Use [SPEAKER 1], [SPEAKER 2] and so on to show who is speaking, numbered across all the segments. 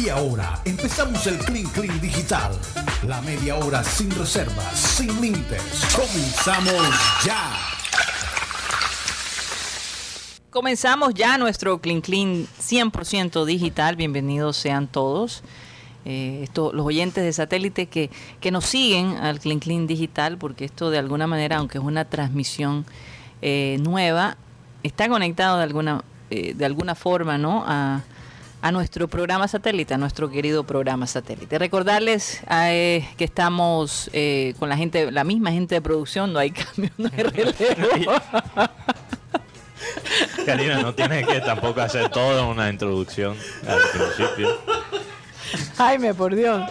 [SPEAKER 1] Y ahora empezamos el Clean Clean Digital. La media hora sin reservas, sin límites. Comenzamos ya.
[SPEAKER 2] Comenzamos ya nuestro Clean Clean 100% digital. Bienvenidos sean todos. Eh, esto, los oyentes de satélite que, que nos siguen al Clean Clean Digital, porque esto de alguna manera, aunque es una transmisión eh, nueva, está conectado de alguna, eh, de alguna forma ¿no? a, a nuestro programa satélite, a nuestro querido programa satélite. Recordarles eh, que estamos eh, con la gente, la misma gente de producción, no hay cambio, no hay relevo.
[SPEAKER 3] Karina, no tienes que tampoco hacer toda una introducción al principio.
[SPEAKER 2] Jaime, por Dios.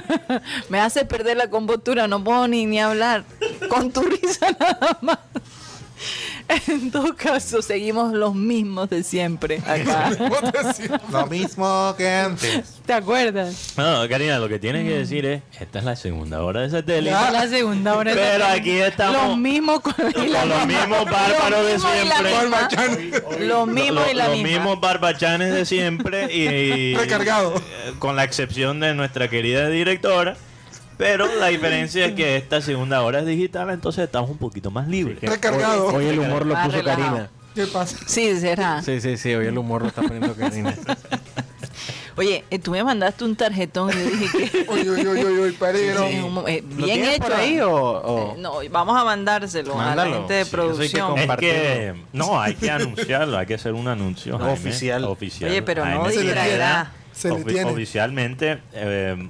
[SPEAKER 2] Me haces perder la compostura, no puedo ni, ni hablar. Con tu risa nada más. En todo caso, seguimos los mismos de siempre acá.
[SPEAKER 4] Lo mismo que antes.
[SPEAKER 2] ¿Te acuerdas?
[SPEAKER 3] No, Karina, lo que tienes que decir es, esta es la segunda hora de satélite.
[SPEAKER 2] Ya la segunda hora.
[SPEAKER 3] Pero aquí estamos
[SPEAKER 2] Lo mismo con y la
[SPEAKER 3] con los mismos bárbaros de
[SPEAKER 2] mismo y la
[SPEAKER 3] siempre.
[SPEAKER 2] misma. Lo
[SPEAKER 3] Lo-
[SPEAKER 2] mismo y la
[SPEAKER 3] los
[SPEAKER 2] misma.
[SPEAKER 3] mismos barbachanes de siempre y,
[SPEAKER 4] Recargado.
[SPEAKER 3] eh, con la excepción de nuestra querida directora. Pero la diferencia es que esta segunda hora es digital, entonces estamos un poquito más libres.
[SPEAKER 4] Recargado.
[SPEAKER 5] Hoy el humor lo
[SPEAKER 2] Más
[SPEAKER 5] puso
[SPEAKER 2] relajado.
[SPEAKER 5] Karina.
[SPEAKER 4] ¿Qué pasa?
[SPEAKER 2] Sí, será.
[SPEAKER 5] Sí, sí, sí, hoy el humor lo está poniendo Karina.
[SPEAKER 2] Oye, eh, tú me mandaste un tarjetón y yo dije que...
[SPEAKER 4] Uy, uy, uy, uy, uy, parero.
[SPEAKER 2] Eh, un mo- eh,
[SPEAKER 5] ¿Lo
[SPEAKER 2] bien
[SPEAKER 5] tienes
[SPEAKER 2] hecho.
[SPEAKER 5] por ahí o...? o-
[SPEAKER 2] Eh, No, vamos a mandárselo a la
[SPEAKER 5] Mándalo.
[SPEAKER 2] gente de
[SPEAKER 5] Sí, eso hay que
[SPEAKER 2] producción.
[SPEAKER 3] Es
[SPEAKER 5] Compartirlo.
[SPEAKER 3] que no, hay que anunciarlo, hay que hacer un anuncio Jaime.
[SPEAKER 5] Oficial.
[SPEAKER 3] oficial.
[SPEAKER 2] Oye, pero
[SPEAKER 3] Jaime
[SPEAKER 2] no
[SPEAKER 3] se le
[SPEAKER 2] distraerá.
[SPEAKER 3] tiene.
[SPEAKER 4] Se le
[SPEAKER 3] Ofi-
[SPEAKER 4] tiene.
[SPEAKER 3] Oficialmente eh,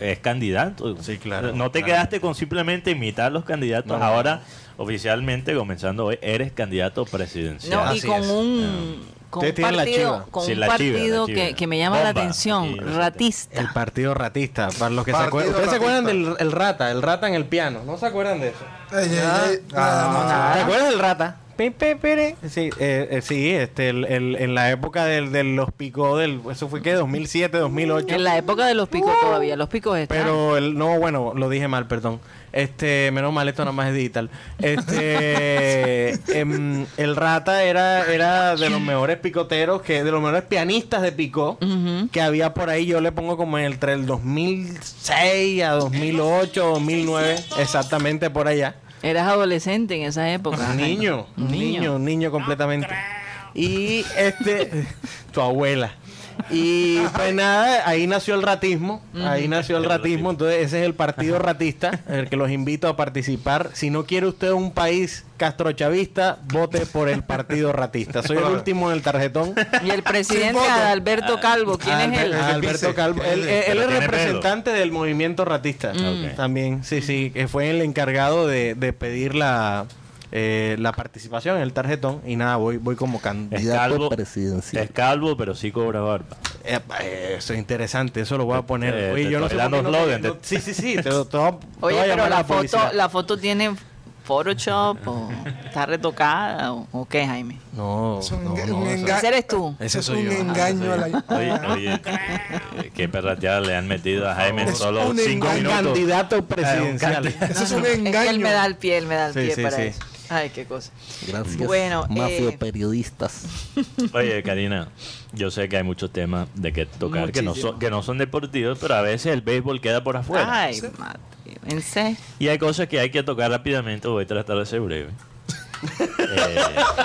[SPEAKER 3] es candidato.
[SPEAKER 5] Sí, claro,
[SPEAKER 3] No te
[SPEAKER 5] claro.
[SPEAKER 3] quedaste con simplemente imitar a los candidatos.
[SPEAKER 5] No.
[SPEAKER 3] Ahora, oficialmente, comenzando hoy, eres candidato presidencial.
[SPEAKER 2] No, y
[SPEAKER 5] Así
[SPEAKER 2] con
[SPEAKER 5] es.
[SPEAKER 2] un, con un
[SPEAKER 5] Ustedes tienen la
[SPEAKER 2] partido,
[SPEAKER 5] chiva.
[SPEAKER 2] con
[SPEAKER 3] Sí,
[SPEAKER 2] un
[SPEAKER 3] la chiva, la
[SPEAKER 2] partido
[SPEAKER 3] chiva.
[SPEAKER 2] Que, que me llama la
[SPEAKER 3] Bomba.
[SPEAKER 2] atención,
[SPEAKER 3] Aquí,
[SPEAKER 2] ratista.
[SPEAKER 5] El partido ratista, para los que se
[SPEAKER 4] Partido
[SPEAKER 5] acuerdan. ¿Ustedes se acuerdan
[SPEAKER 4] ratista.
[SPEAKER 5] del el rata? El rata en el piano. ¿No se acuerdan de eso?
[SPEAKER 4] Ey, ey, ey. Ah,
[SPEAKER 5] ¿Te acuerdas del rata? Pi, pi, piri. Sí, eh, eh, sí este, el- el- en la época del, de los picó, del, eso fue que 2007, 2008.
[SPEAKER 2] En la época de los picos todavía, los picos están.
[SPEAKER 5] Uh. Pero el, no, bueno, lo dije mal, perdón. Este, menos mal, esto nada más es digital. Este, em, el Rata era, era de los mejores picoteros, que de los mejores pianistas de picó
[SPEAKER 2] Ujú.
[SPEAKER 5] que había por ahí. Yo le pongo como entre el 2006 a 2008, 2009, exactamente por allá.
[SPEAKER 2] Eras adolescente en esa época.
[SPEAKER 5] Niño,
[SPEAKER 2] Un
[SPEAKER 5] niño, niño completamente. Y este, tu abuela. Y pues nada, ahí nació el ratismo, ahí nació el
[SPEAKER 3] El ratismo.
[SPEAKER 5] ratismo, entonces ese es el partido ratista, en el que los invito a participar. Si no quiere usted un país castrochavista, vote por el partido ratista. Soy el último en el tarjetón.
[SPEAKER 2] Y el presidente
[SPEAKER 4] voto.
[SPEAKER 2] Alberto Calvo, ¿quién es
[SPEAKER 5] Alber-
[SPEAKER 2] él?
[SPEAKER 4] Ah,
[SPEAKER 5] Ah. Alberto
[SPEAKER 4] Ese
[SPEAKER 5] Calvo.
[SPEAKER 4] piso.
[SPEAKER 5] Él, él- él
[SPEAKER 3] Pero
[SPEAKER 5] es
[SPEAKER 3] tiene
[SPEAKER 5] representante del movimiento ratista.
[SPEAKER 2] Ah,
[SPEAKER 3] Mm. Ok.
[SPEAKER 5] También, sí, sí. que Fue el encargado de, de pedir la, eh, la participación en el tarjetón. Y nada, voy, voy como
[SPEAKER 3] Es
[SPEAKER 5] candidato
[SPEAKER 3] calvo,
[SPEAKER 5] presidencial.
[SPEAKER 3] es calvo, pero sí cobra barba.
[SPEAKER 5] Eh, eh, eso es interesante, eso lo voy a poner.
[SPEAKER 3] Eh,
[SPEAKER 5] Oye,
[SPEAKER 3] te
[SPEAKER 5] yo no sé
[SPEAKER 3] estoy
[SPEAKER 5] por qué
[SPEAKER 3] dando
[SPEAKER 5] no-
[SPEAKER 3] slogan,
[SPEAKER 5] no-
[SPEAKER 3] te-
[SPEAKER 5] Sí, sí, sí. te- te voy- te voy
[SPEAKER 2] Oye,
[SPEAKER 5] a
[SPEAKER 2] pero
[SPEAKER 5] llamar a
[SPEAKER 2] la
[SPEAKER 5] policía.
[SPEAKER 2] foto, la foto tiene Photoshop o está retocada o, o qué, Jaime.
[SPEAKER 5] No,
[SPEAKER 4] Es un-
[SPEAKER 5] no,
[SPEAKER 4] un
[SPEAKER 5] no, eso-
[SPEAKER 4] enga-
[SPEAKER 2] Ese eres tú.
[SPEAKER 5] ese
[SPEAKER 4] Eso es
[SPEAKER 5] soy
[SPEAKER 4] un
[SPEAKER 5] yo.
[SPEAKER 4] engaño a la.
[SPEAKER 3] Oye, oye, qué- qué perrateada le han metido a Jaime en
[SPEAKER 4] Es
[SPEAKER 3] solo
[SPEAKER 4] un
[SPEAKER 3] cinco
[SPEAKER 4] engaño.
[SPEAKER 5] Un
[SPEAKER 3] minutos.
[SPEAKER 5] candidato presidencial.
[SPEAKER 4] Eso es un
[SPEAKER 2] Es que él
[SPEAKER 4] engaño.
[SPEAKER 2] me da el pie, él me da el
[SPEAKER 5] Sí,
[SPEAKER 2] pie
[SPEAKER 5] sí,
[SPEAKER 2] para
[SPEAKER 5] sí.
[SPEAKER 2] eso. Ay, qué cosa.
[SPEAKER 6] Gracias.
[SPEAKER 2] Bueno,
[SPEAKER 6] Mafio
[SPEAKER 2] eh,
[SPEAKER 6] periodistas.
[SPEAKER 3] Oye, Karina, yo sé que hay muchos temas de que tocar que no,
[SPEAKER 2] Muchísimo.
[SPEAKER 3] son, que no son deportivos, pero a veces el béisbol queda por afuera.
[SPEAKER 5] Ah,
[SPEAKER 2] Ay, mate. En serio.
[SPEAKER 3] Y hay cosas que hay que tocar rápidamente, voy a tratar de ser breve. Eh,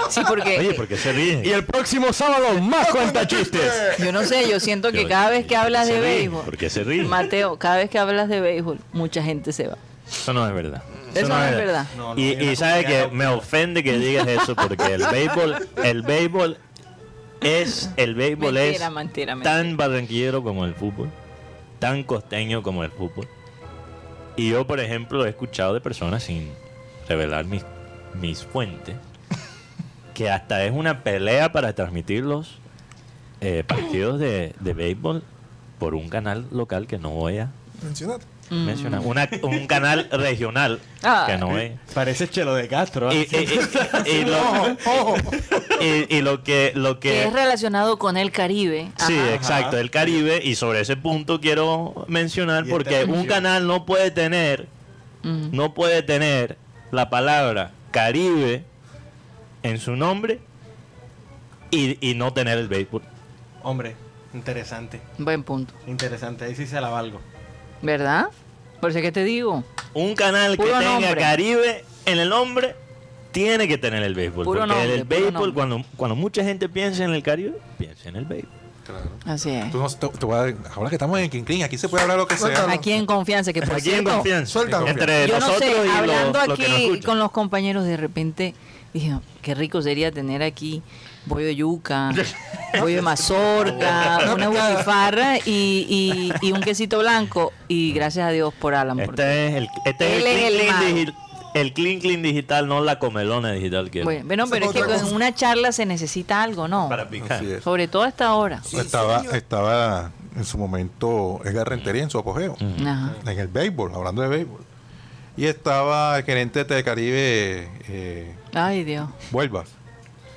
[SPEAKER 2] Sí, porque
[SPEAKER 3] oye, ¿por qué se ríen?
[SPEAKER 5] Y el próximo sábado, más cuenta chistes.
[SPEAKER 2] yo no sé, yo siento que
[SPEAKER 3] Yo-
[SPEAKER 2] cada vez que
[SPEAKER 3] ¿por qué
[SPEAKER 2] hablas
[SPEAKER 3] se
[SPEAKER 2] de
[SPEAKER 3] ríen?
[SPEAKER 2] béisbol,
[SPEAKER 3] ¿Por qué se ríen?
[SPEAKER 2] Mateo, cada vez que hablas de béisbol, mucha gente se va.
[SPEAKER 3] Eso no es verdad.
[SPEAKER 2] Eso no es verdad.
[SPEAKER 5] No, no,
[SPEAKER 3] y
[SPEAKER 5] hay una
[SPEAKER 3] y sabe que
[SPEAKER 5] comunidad
[SPEAKER 3] me ofende que digas eso porque el béisbol, el béisbol es, el béisbol es
[SPEAKER 2] Mentira, mentira, mentira.
[SPEAKER 3] tan barranquillero como el fútbol, tan costeño como el fútbol. Y yo, por ejemplo, he escuchado de personas sin revelar mis, mis fuentes que hasta es una pelea para transmitir los eh, partidos de, de béisbol por un canal local que no voy a
[SPEAKER 4] Mencionate.
[SPEAKER 2] Mm.
[SPEAKER 3] mencionar. Una- un canal regional
[SPEAKER 2] Ah.
[SPEAKER 3] que no es.
[SPEAKER 5] Parece Chelo de Castro. ¿ah?
[SPEAKER 3] Y, y- y- y lo,
[SPEAKER 4] Ojo,
[SPEAKER 3] y- y lo que lo
[SPEAKER 2] Que
[SPEAKER 3] que
[SPEAKER 2] es relacionado con el Caribe.
[SPEAKER 3] sí eh.
[SPEAKER 2] Ajá.
[SPEAKER 3] exacto el Caribe y sobre ese punto quiero mencionar
[SPEAKER 5] Y
[SPEAKER 3] porque
[SPEAKER 5] esta
[SPEAKER 3] un
[SPEAKER 5] canción.
[SPEAKER 3] canal no puede tener
[SPEAKER 2] Ujú.
[SPEAKER 3] no puede tener la palabra Caribe en su nombre y, y no tener el béisbol
[SPEAKER 5] Hombre. Interesante,
[SPEAKER 2] Buen punto.
[SPEAKER 5] interesante. Ahí sí se la valgo.
[SPEAKER 2] ¿Verdad? Por eso que te digo.
[SPEAKER 3] Un canal que
[SPEAKER 2] Puro
[SPEAKER 3] tenga
[SPEAKER 2] nombre.
[SPEAKER 3] Caribe en el nombre tiene que tener el béisbol.
[SPEAKER 2] Puro
[SPEAKER 3] porque
[SPEAKER 2] nombre,
[SPEAKER 3] el
[SPEAKER 2] puro
[SPEAKER 3] béisbol,
[SPEAKER 2] nombre.
[SPEAKER 3] cuando, cuando mucha gente piensa en el Caribe, piensa en el béisbol.
[SPEAKER 4] Claro.
[SPEAKER 2] Así es.
[SPEAKER 4] Tú nos- te- te voy a- ahora que estamos en Quinclin, aquí se puede hablar lo que sea.
[SPEAKER 2] Aquí en confianza, que por
[SPEAKER 3] Aquí en
[SPEAKER 2] Pues cierto,
[SPEAKER 3] confianza.
[SPEAKER 4] Suelta confianza.
[SPEAKER 3] Entre
[SPEAKER 2] yo no
[SPEAKER 3] nosotros
[SPEAKER 2] sé,
[SPEAKER 3] y lo-
[SPEAKER 2] hablando
[SPEAKER 3] lo que nos
[SPEAKER 2] aquí
[SPEAKER 3] escuchan.
[SPEAKER 2] con los compañeros, de repente dije, qué rico sería tener aquí bollo de yuca, bollo de mazorca, una butifarra y, y- y un quesito blanco. Y gracias a Dios por Alan. porque-
[SPEAKER 3] Este es el, este es
[SPEAKER 2] Él
[SPEAKER 3] el,
[SPEAKER 2] es el
[SPEAKER 3] clean,
[SPEAKER 2] mago.
[SPEAKER 3] clean digi- el clean clean digital, no la comelona digital que
[SPEAKER 2] Bueno, bueno,
[SPEAKER 4] Esa
[SPEAKER 2] pero
[SPEAKER 4] es
[SPEAKER 2] es que
[SPEAKER 4] otra
[SPEAKER 2] con
[SPEAKER 4] cosa.
[SPEAKER 2] una charla se necesita algo, ¿no?
[SPEAKER 3] para picar.
[SPEAKER 4] Así es.
[SPEAKER 2] Sobre todo a esta hora.
[SPEAKER 4] estaba, estaba en su momento Edgar Rentería en su apogeo.
[SPEAKER 2] Ajá.
[SPEAKER 4] en el béisbol, hablando de béisbol. Y estaba el gerente de Telecaribe, eh,
[SPEAKER 2] Ay, Dios.
[SPEAKER 4] Vuelvas.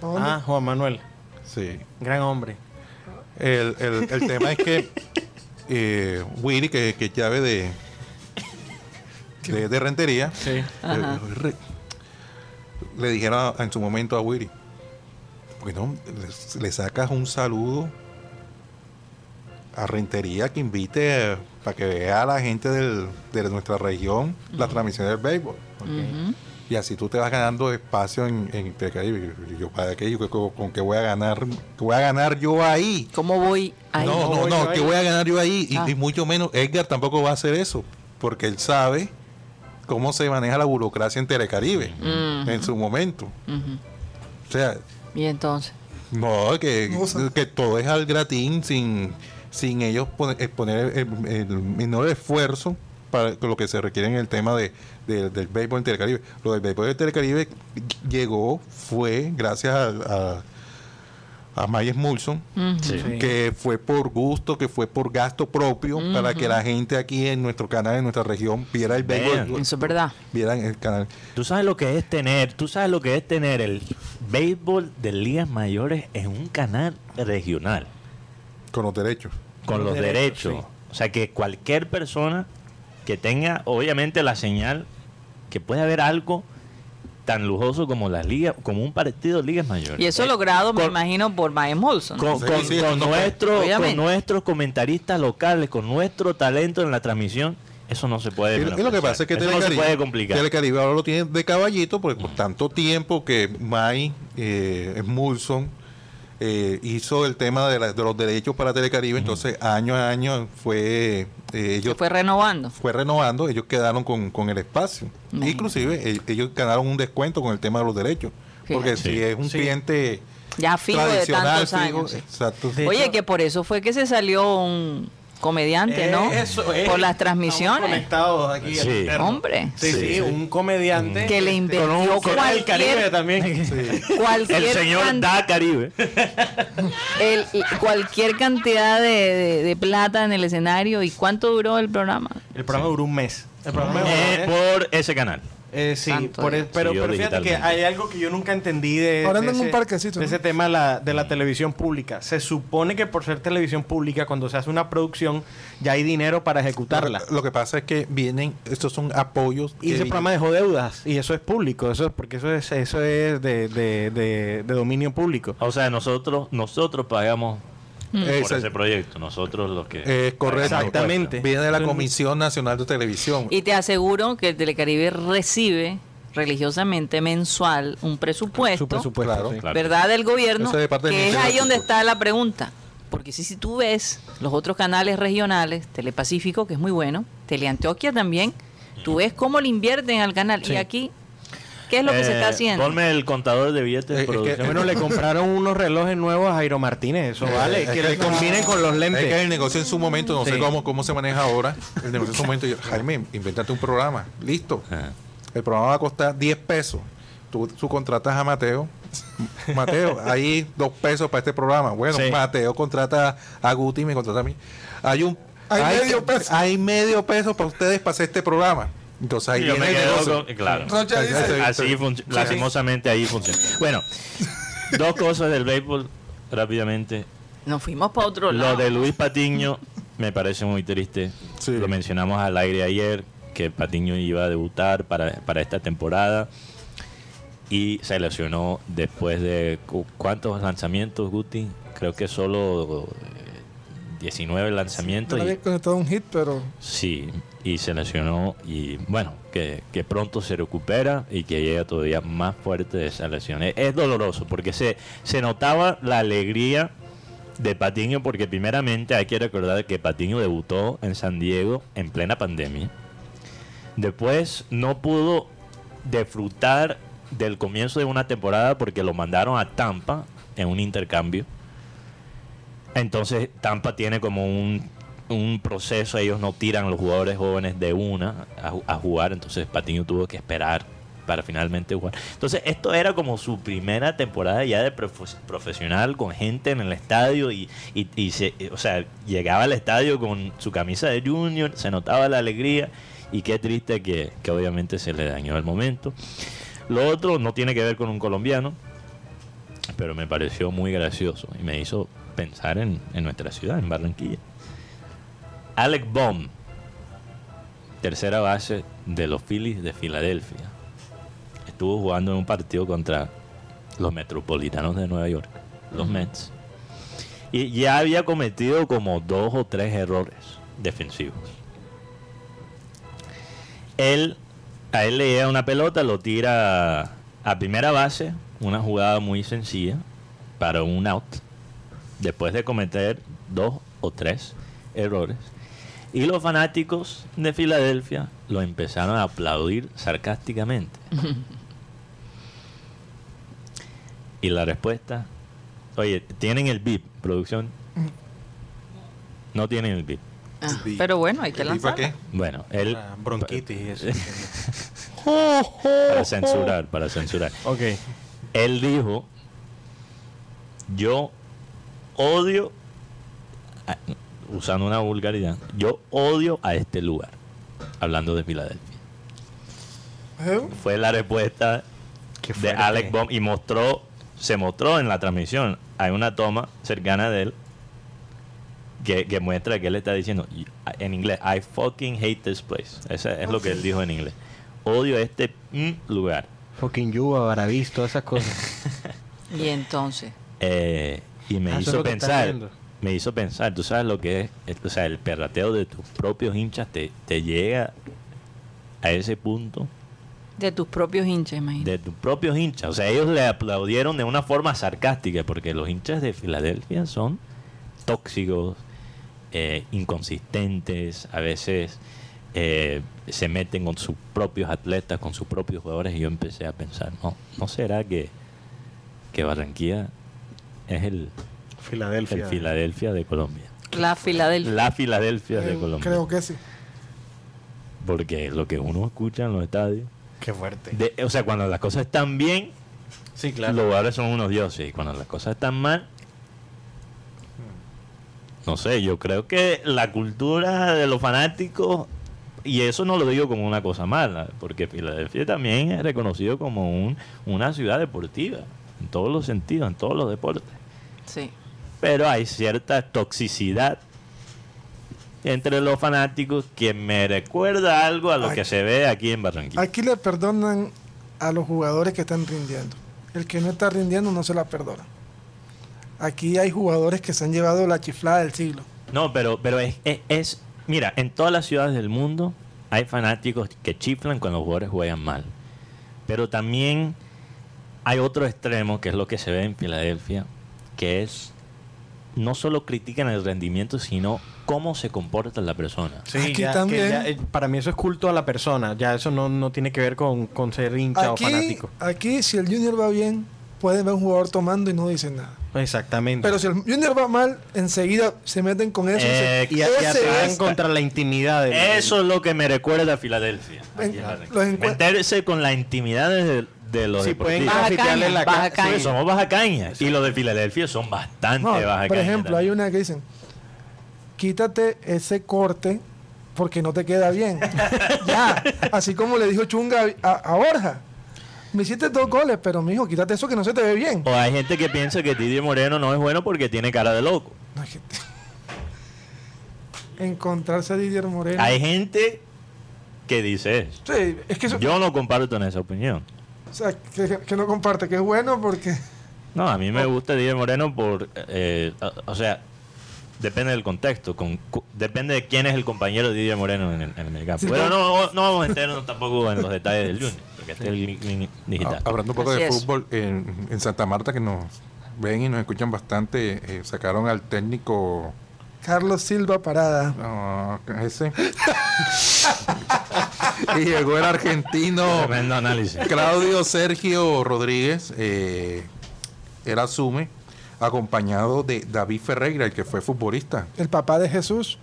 [SPEAKER 5] Ah, Juan Manuel,
[SPEAKER 4] Sí.
[SPEAKER 5] gran hombre.
[SPEAKER 4] El, el- el tema es que eh, Willy, que, que es llave de, de, de rentería,
[SPEAKER 5] Sí.
[SPEAKER 2] Ajá.
[SPEAKER 4] le, re- le dijeron a- en su momento a Willy, porque no le, le sacas un saludo a rentería que invite eh, para que vea a la gente del- de nuestra región la transmisión del béisbol?
[SPEAKER 2] Ujú.
[SPEAKER 4] Y así tú te vas ganando espacio en, en Telecaribe. Y Yo, ¿para qué? Yo, ¿Con con qué voy a ganar? ¿Qué voy a ganar yo ahí?
[SPEAKER 2] ¿Cómo voy a ir?
[SPEAKER 4] no, no,
[SPEAKER 5] voy
[SPEAKER 4] no,
[SPEAKER 5] yo
[SPEAKER 4] ¿qué
[SPEAKER 5] ahí.
[SPEAKER 4] voy a ganar yo ahí? Y,
[SPEAKER 2] Ah.
[SPEAKER 4] y mucho menos, Edgar tampoco va a hacer eso, porque él sabe cómo se maneja la burocracia en Telecaribe
[SPEAKER 2] Mm.
[SPEAKER 4] en su momento.
[SPEAKER 2] Ujú.
[SPEAKER 4] O sea,
[SPEAKER 2] Y entonces.
[SPEAKER 4] no, que,
[SPEAKER 6] No, o sea-
[SPEAKER 4] que todo es al gratín sin, sin ellos pone- eh, poner el, el menor esfuerzo para lo que se requiere en el tema de, de- del béisbol en Telecaribe. Lo del béisbol en Telecaribe llegó, fue gracias a, a, a Myers Mulson,
[SPEAKER 2] Ujú.
[SPEAKER 3] Sí.
[SPEAKER 4] que fue por gusto, que fue por gasto propio, para que la gente aquí en nuestro canal, en nuestra región, viera el
[SPEAKER 3] Vean.
[SPEAKER 4] béisbol,
[SPEAKER 2] Eso es verdad.
[SPEAKER 4] viera el canal.
[SPEAKER 3] Tú sabes lo que es tener, tú sabes lo que es tener el béisbol de ligas mayores en un canal regional
[SPEAKER 4] con los derechos.
[SPEAKER 3] con los, derechos. O sea que cualquier persona que tenga, obviamente, la señal que puede haber algo tan lujoso como las ligas, como un partido de ligas mayores.
[SPEAKER 2] Y eso
[SPEAKER 3] Eh,
[SPEAKER 2] logrado, me
[SPEAKER 3] con-
[SPEAKER 2] imagino, por Miles Molson.
[SPEAKER 3] con,
[SPEAKER 4] Sí,
[SPEAKER 3] con-
[SPEAKER 4] sí,
[SPEAKER 3] con
[SPEAKER 4] no,
[SPEAKER 3] nuestro-
[SPEAKER 2] obviamente.
[SPEAKER 3] con nuestros comentaristas locales, con nuestro talento en la transmisión, eso no se puede.
[SPEAKER 4] Y lo- y lo que
[SPEAKER 3] menospreciar.
[SPEAKER 4] pasa es que
[SPEAKER 3] Eso no se
[SPEAKER 4] Telecaribe,
[SPEAKER 3] puede complicar.
[SPEAKER 4] Telecaribe ahora lo tiene de caballito porque por tanto tiempo que May eh, Mulson eh, hizo el tema de, la- de los derechos para Telecaribe, entonces año a año fue eh,
[SPEAKER 2] Se
[SPEAKER 4] ellos
[SPEAKER 2] fue
[SPEAKER 4] fue,
[SPEAKER 2] renovando.
[SPEAKER 4] renovando, ellos quedaron con, con el espacio.
[SPEAKER 2] Imagínate.
[SPEAKER 4] Inclusive eh, ellos ganaron un descuento con el tema de los derechos,
[SPEAKER 2] Fíjate.
[SPEAKER 4] porque si
[SPEAKER 3] Sí.
[SPEAKER 4] es un
[SPEAKER 5] Sí.
[SPEAKER 4] cliente
[SPEAKER 2] Ya fijo de
[SPEAKER 4] tradicional,
[SPEAKER 2] tantos
[SPEAKER 4] fijo,
[SPEAKER 2] años. sí.
[SPEAKER 4] exacto.
[SPEAKER 5] De
[SPEAKER 2] Oye,
[SPEAKER 5] hecho-
[SPEAKER 2] que por eso fue que se salió un comediante, ¿no?
[SPEAKER 5] Eh, Eso es.
[SPEAKER 2] por las
[SPEAKER 5] Estamos
[SPEAKER 2] transmisiones.
[SPEAKER 5] conectados aquí
[SPEAKER 3] Sí.
[SPEAKER 5] al interno.
[SPEAKER 2] Hombre.
[SPEAKER 5] Sí, sí,
[SPEAKER 3] Sí.
[SPEAKER 5] un comediante.
[SPEAKER 2] Que le
[SPEAKER 5] este, con
[SPEAKER 2] inventó
[SPEAKER 5] un- con el
[SPEAKER 2] cualquier-
[SPEAKER 5] Caribe también.
[SPEAKER 4] este,
[SPEAKER 2] Cualquier,
[SPEAKER 3] El señor
[SPEAKER 2] can-
[SPEAKER 3] da Caribe.
[SPEAKER 2] el- y cualquier cantidad de, de- de plata en el escenario. ¿Y cuánto duró el programa?
[SPEAKER 5] El programa duró un mes. El programa duró un
[SPEAKER 3] Eh,
[SPEAKER 5] mes.
[SPEAKER 3] por ese canal.
[SPEAKER 5] Eh, sí,
[SPEAKER 2] Santo
[SPEAKER 5] por-
[SPEAKER 2] Dios.
[SPEAKER 5] pero,
[SPEAKER 3] Sí, yo
[SPEAKER 5] pero fíjate que
[SPEAKER 3] digitalmente.
[SPEAKER 5] hay algo que yo nunca entendí de,
[SPEAKER 6] Ahora
[SPEAKER 5] de
[SPEAKER 6] andan en un parquecito,
[SPEAKER 5] de
[SPEAKER 6] ¿no?
[SPEAKER 5] ese tema de la, de la televisión pública. Se supone que por ser televisión pública, cuando se hace una producción, ya hay dinero para ejecutarla.
[SPEAKER 4] Lo que pasa es que vienen, estos son apoyos. que
[SPEAKER 5] Y ese
[SPEAKER 4] vienen-
[SPEAKER 5] programa dejó deudas, y eso es público, eso es porque eso es, eso es de, de- de- de dominio público.
[SPEAKER 3] O sea, nosotros, nosotros pagamos por
[SPEAKER 4] Exacto.
[SPEAKER 3] ese proyecto. Nosotros los que.
[SPEAKER 4] Es correcto.
[SPEAKER 5] Exactamente.
[SPEAKER 4] Viene de la Comisión Nacional de Televisión.
[SPEAKER 2] Y te aseguro que el Telecaribe recibe religiosamente mensual un presupuesto.
[SPEAKER 5] Su presupuesto,
[SPEAKER 4] Claro.
[SPEAKER 5] sí.
[SPEAKER 3] Claro.
[SPEAKER 2] ¿verdad? Del gobierno,
[SPEAKER 4] Eso de parte del
[SPEAKER 2] que es
[SPEAKER 4] Ministerio
[SPEAKER 2] ahí
[SPEAKER 4] de
[SPEAKER 2] donde
[SPEAKER 4] Cultura.
[SPEAKER 2] está la pregunta. Porque si, si tú ves los otros canales regionales, Telepacífico, que es muy bueno, Teleantioquia también, tú ves cómo le invierten al canal. Y aquí, ¿qué es lo que se está
[SPEAKER 3] Eh,
[SPEAKER 2] haciendo?
[SPEAKER 3] Ponme el contador de billetes
[SPEAKER 4] Eh,
[SPEAKER 3] de
[SPEAKER 4] es que-
[SPEAKER 3] producción.
[SPEAKER 5] Bueno, le compraron unos relojes nuevos a Jairo Martínez, eso vale,
[SPEAKER 4] es
[SPEAKER 5] que,
[SPEAKER 4] que-
[SPEAKER 5] le combinen con los
[SPEAKER 4] Es
[SPEAKER 5] lentes.
[SPEAKER 4] que el negocio en su momento, no sé
[SPEAKER 5] Sí.
[SPEAKER 4] cómo, cómo se maneja ahora, el negocio en su momento, yo, Jaime, inventate un programa, listo.
[SPEAKER 3] Ajá.
[SPEAKER 4] El programa va a costar 10 pesos. Tú, tú contratas a Mateo. Mateo, hay dos pesos para este programa. Bueno,
[SPEAKER 3] Sí.
[SPEAKER 4] Mateo contrata a Guti y me contrata a mí. Hay un
[SPEAKER 6] Hay medio peso.
[SPEAKER 4] Hay medio peso para ustedes para hacer este programa. Entonces ahí
[SPEAKER 3] Y yo
[SPEAKER 4] viene
[SPEAKER 3] me
[SPEAKER 4] el
[SPEAKER 3] quedo
[SPEAKER 4] negocio.
[SPEAKER 3] con- claro.
[SPEAKER 6] Rocha
[SPEAKER 4] Ahí
[SPEAKER 6] dice,
[SPEAKER 4] se-
[SPEAKER 3] Así func- Lastimosamente ahí funciona. Bueno, dos cosas del béisbol rápidamente.
[SPEAKER 2] Nos fuimos para otro lado.
[SPEAKER 3] Lo de Luis Patiño me parece muy triste.
[SPEAKER 4] Sí.
[SPEAKER 3] Lo mencionamos al aire ayer, que Patiño iba a debutar para, para esta temporada y se lesionó después de cu- cuántos lanzamientos, Guti. Creo que solo eh, 19 lanzamientos.
[SPEAKER 6] No
[SPEAKER 3] y-
[SPEAKER 6] había conectado un hit, pero
[SPEAKER 3] Sí, y se lesionó y bueno, que, que pronto se recupera y que llega todavía más fuerte de esa lesión. Es, es doloroso porque se, se notaba la alegría de Patiño porque primeramente hay que recordar que Patiño debutó en San Diego en plena pandemia. Después no pudo disfrutar del comienzo de una temporada porque lo mandaron a Tampa en un intercambio. Entonces Tampa tiene como un, un proceso, ellos no tiran los jugadores jóvenes de una a, ju- a jugar, entonces Patiño tuvo que esperar para finalmente jugar. Entonces esto era como su primera temporada ya de profe- profesional con gente en el estadio y, y- y se, eh, o sea, llegaba al estadio con su camisa de junior, se notaba la alegría y qué triste que, que obviamente se le dañó el momento. Lo otro no tiene que ver con un colombiano, pero me pareció muy gracioso y me hizo pensar en, en nuestra ciudad, en Barranquilla. Alec Baum, tercera base de los Phillies de Filadelfia, estuvo jugando en un partido contra los Metropolitanos de Nueva York, los Mets, y ya había cometido como dos o tres errores defensivos. Él, a él le llega una pelota, lo tira a primera base, una jugada muy sencilla para un out, después de cometer dos o tres errores. Y los fanáticos de Filadelfia lo empezaron a aplaudir sarcásticamente. y la respuesta, oye, ¿tienen el VIP, producción?
[SPEAKER 5] Mm.
[SPEAKER 3] No tienen el VIP.
[SPEAKER 2] Ah, pero bueno, hay que
[SPEAKER 4] ¿Y para
[SPEAKER 2] lanzar.
[SPEAKER 4] qué?
[SPEAKER 3] Bueno, él...
[SPEAKER 5] Ah, Bronquitis y eso.
[SPEAKER 6] ¿Eh?
[SPEAKER 3] Para censurar, para censurar.
[SPEAKER 5] ok.
[SPEAKER 3] Él dijo, yo odio, a- usando una vulgaridad, yo odio a este lugar, hablando de Filadelfia.
[SPEAKER 6] ¿eh?
[SPEAKER 3] Fue la respuesta de
[SPEAKER 5] fuerte.
[SPEAKER 3] Alec Baum y mostró, se mostró en la transmisión. Hay una toma cercana de él que, que muestra que él está diciendo "Y- en inglés, I fucking hate this place. Ese es lo que él dijo en inglés. Odio este mm, lugar.
[SPEAKER 5] Fucking Yuba, Baravis, todas esas cosas.
[SPEAKER 2] Y entonces,
[SPEAKER 3] Eh, y me
[SPEAKER 5] Ah, eso es
[SPEAKER 3] hizo
[SPEAKER 5] lo que estás
[SPEAKER 3] pensar,
[SPEAKER 5] viendo.
[SPEAKER 3] me hizo pensar, tú sabes lo que es, es- o sea, el perrateo de tus propios hinchas te, te llega a ese punto
[SPEAKER 2] de tus propios hinchas, imagínate.
[SPEAKER 3] de tus propios hinchas. O sea, ellos le aplaudieron de una forma sarcástica porque los hinchas de Filadelfia son tóxicos, eh, inconsistentes, a veces eh, se meten con sus propios atletas, con sus propios jugadores y yo empecé a pensar, no, ¿no será que, que Barranquilla es el el
[SPEAKER 5] Filadelfia.
[SPEAKER 3] Filadelfia de Colombia.
[SPEAKER 2] La Filadelfia.
[SPEAKER 3] La Filadelfia de
[SPEAKER 6] Eh,
[SPEAKER 3] Colombia.
[SPEAKER 6] creo que sí.
[SPEAKER 3] Porque lo que uno escucha en los estadios.
[SPEAKER 5] Qué fuerte.
[SPEAKER 3] de- o sea, cuando las cosas están bien,
[SPEAKER 5] Sí,
[SPEAKER 3] los
[SPEAKER 5] claro.
[SPEAKER 3] jugadores son unos dioses. Y cuando las cosas están mal. No sé, yo creo que la cultura de los fanáticos. Y eso no lo digo como una cosa mala, porque Filadelfia también es reconocido como un, una ciudad deportiva, en todos los sentidos, en todos los deportes.
[SPEAKER 2] Sí.
[SPEAKER 3] pero hay cierta toxicidad entre los fanáticos que me recuerda algo a lo
[SPEAKER 6] Ay.
[SPEAKER 3] que se ve aquí en Barranquilla.
[SPEAKER 6] Aquí le perdonan a los jugadores que están rindiendo. El que no está rindiendo no se la perdona. Aquí hay jugadores que se han llevado la chiflada del siglo.
[SPEAKER 3] No, pero, pero es, es- es- mira, en todas las ciudades del mundo hay fanáticos que chiflan cuando los jugadores juegan mal. Pero también hay otro extremo, que es lo que se ve en Filadelfia, que es no solo critican el rendimiento, sino cómo se comporta la persona.
[SPEAKER 5] Sí,
[SPEAKER 6] Aquí
[SPEAKER 5] ya, que
[SPEAKER 6] también.
[SPEAKER 5] ya, eh, para mí eso es culto a la persona. Ya eso no, no tiene que ver con, con ser hincha o
[SPEAKER 6] Aquí,
[SPEAKER 5] fanático.
[SPEAKER 6] aquí, si el Junior va bien, pueden ver a un jugador tomando y no dicen nada.
[SPEAKER 5] Exactamente.
[SPEAKER 6] Pero si el Junior va mal, enseguida se meten con eso. y se-
[SPEAKER 3] Ex-
[SPEAKER 5] y, a- y
[SPEAKER 6] ese
[SPEAKER 5] atentan
[SPEAKER 6] es-
[SPEAKER 5] contra la intimidad del-
[SPEAKER 3] Eso es lo que me recuerda a Filadelfia.
[SPEAKER 6] En-
[SPEAKER 3] Aquí en Barranquilla.
[SPEAKER 6] los encuent-
[SPEAKER 3] Meterse con las intimidades de, de los
[SPEAKER 5] Si pueden
[SPEAKER 3] deportistas.
[SPEAKER 2] Baja
[SPEAKER 5] grafitearle
[SPEAKER 2] caña,
[SPEAKER 5] la
[SPEAKER 2] baja
[SPEAKER 5] ca-
[SPEAKER 2] caña.
[SPEAKER 5] sí,
[SPEAKER 3] Porque somos baja caña. Y los de Filadelfia son bastante
[SPEAKER 6] No,
[SPEAKER 3] baja
[SPEAKER 6] por
[SPEAKER 3] caña
[SPEAKER 6] ejemplo, hay
[SPEAKER 3] también.
[SPEAKER 6] una que dicen, quítate ese corte porque no te queda bien. ya, así como le dijo Chunga a, a Borja. Me hiciste dos goles, pero mijo, quítate eso que no se te ve bien.
[SPEAKER 3] O hay gente que piensa que Didier Moreno no es bueno porque tiene cara de loco.
[SPEAKER 6] No, es que- Encontrarse a Didier Moreno.
[SPEAKER 3] Hay gente que dice eso.
[SPEAKER 6] Sí, es que, eso-
[SPEAKER 3] Yo no comparto en esa opinión.
[SPEAKER 6] o sea, que, que no comparte, que es bueno porque
[SPEAKER 3] No, a mí me gusta Didier Moreno por... eh, o- o eh, sea, depende del contexto, con, cu- depende de quién es el compañero de Didier Moreno en el, en el campo.
[SPEAKER 6] Sí,
[SPEAKER 3] Pero
[SPEAKER 6] claro.
[SPEAKER 3] no, no vamos a enterarnos tampoco en los detalles del Junior, porque este es el link- link digital.
[SPEAKER 4] Ha- Ah, Hablando un poco
[SPEAKER 2] Así
[SPEAKER 4] de
[SPEAKER 2] es.
[SPEAKER 4] fútbol, en, en Santa Marta que nos ven y nos escuchan bastante, eh, sacaron al técnico
[SPEAKER 6] Carlos Silva Parada.
[SPEAKER 4] ah, ese. y llegó el argentino
[SPEAKER 3] Tremendo análisis.
[SPEAKER 4] Claudio Sergio Rodríguez. eh, él asume, acompañado de David Ferreira, el que fue futbolista.
[SPEAKER 6] el papá de Jesús,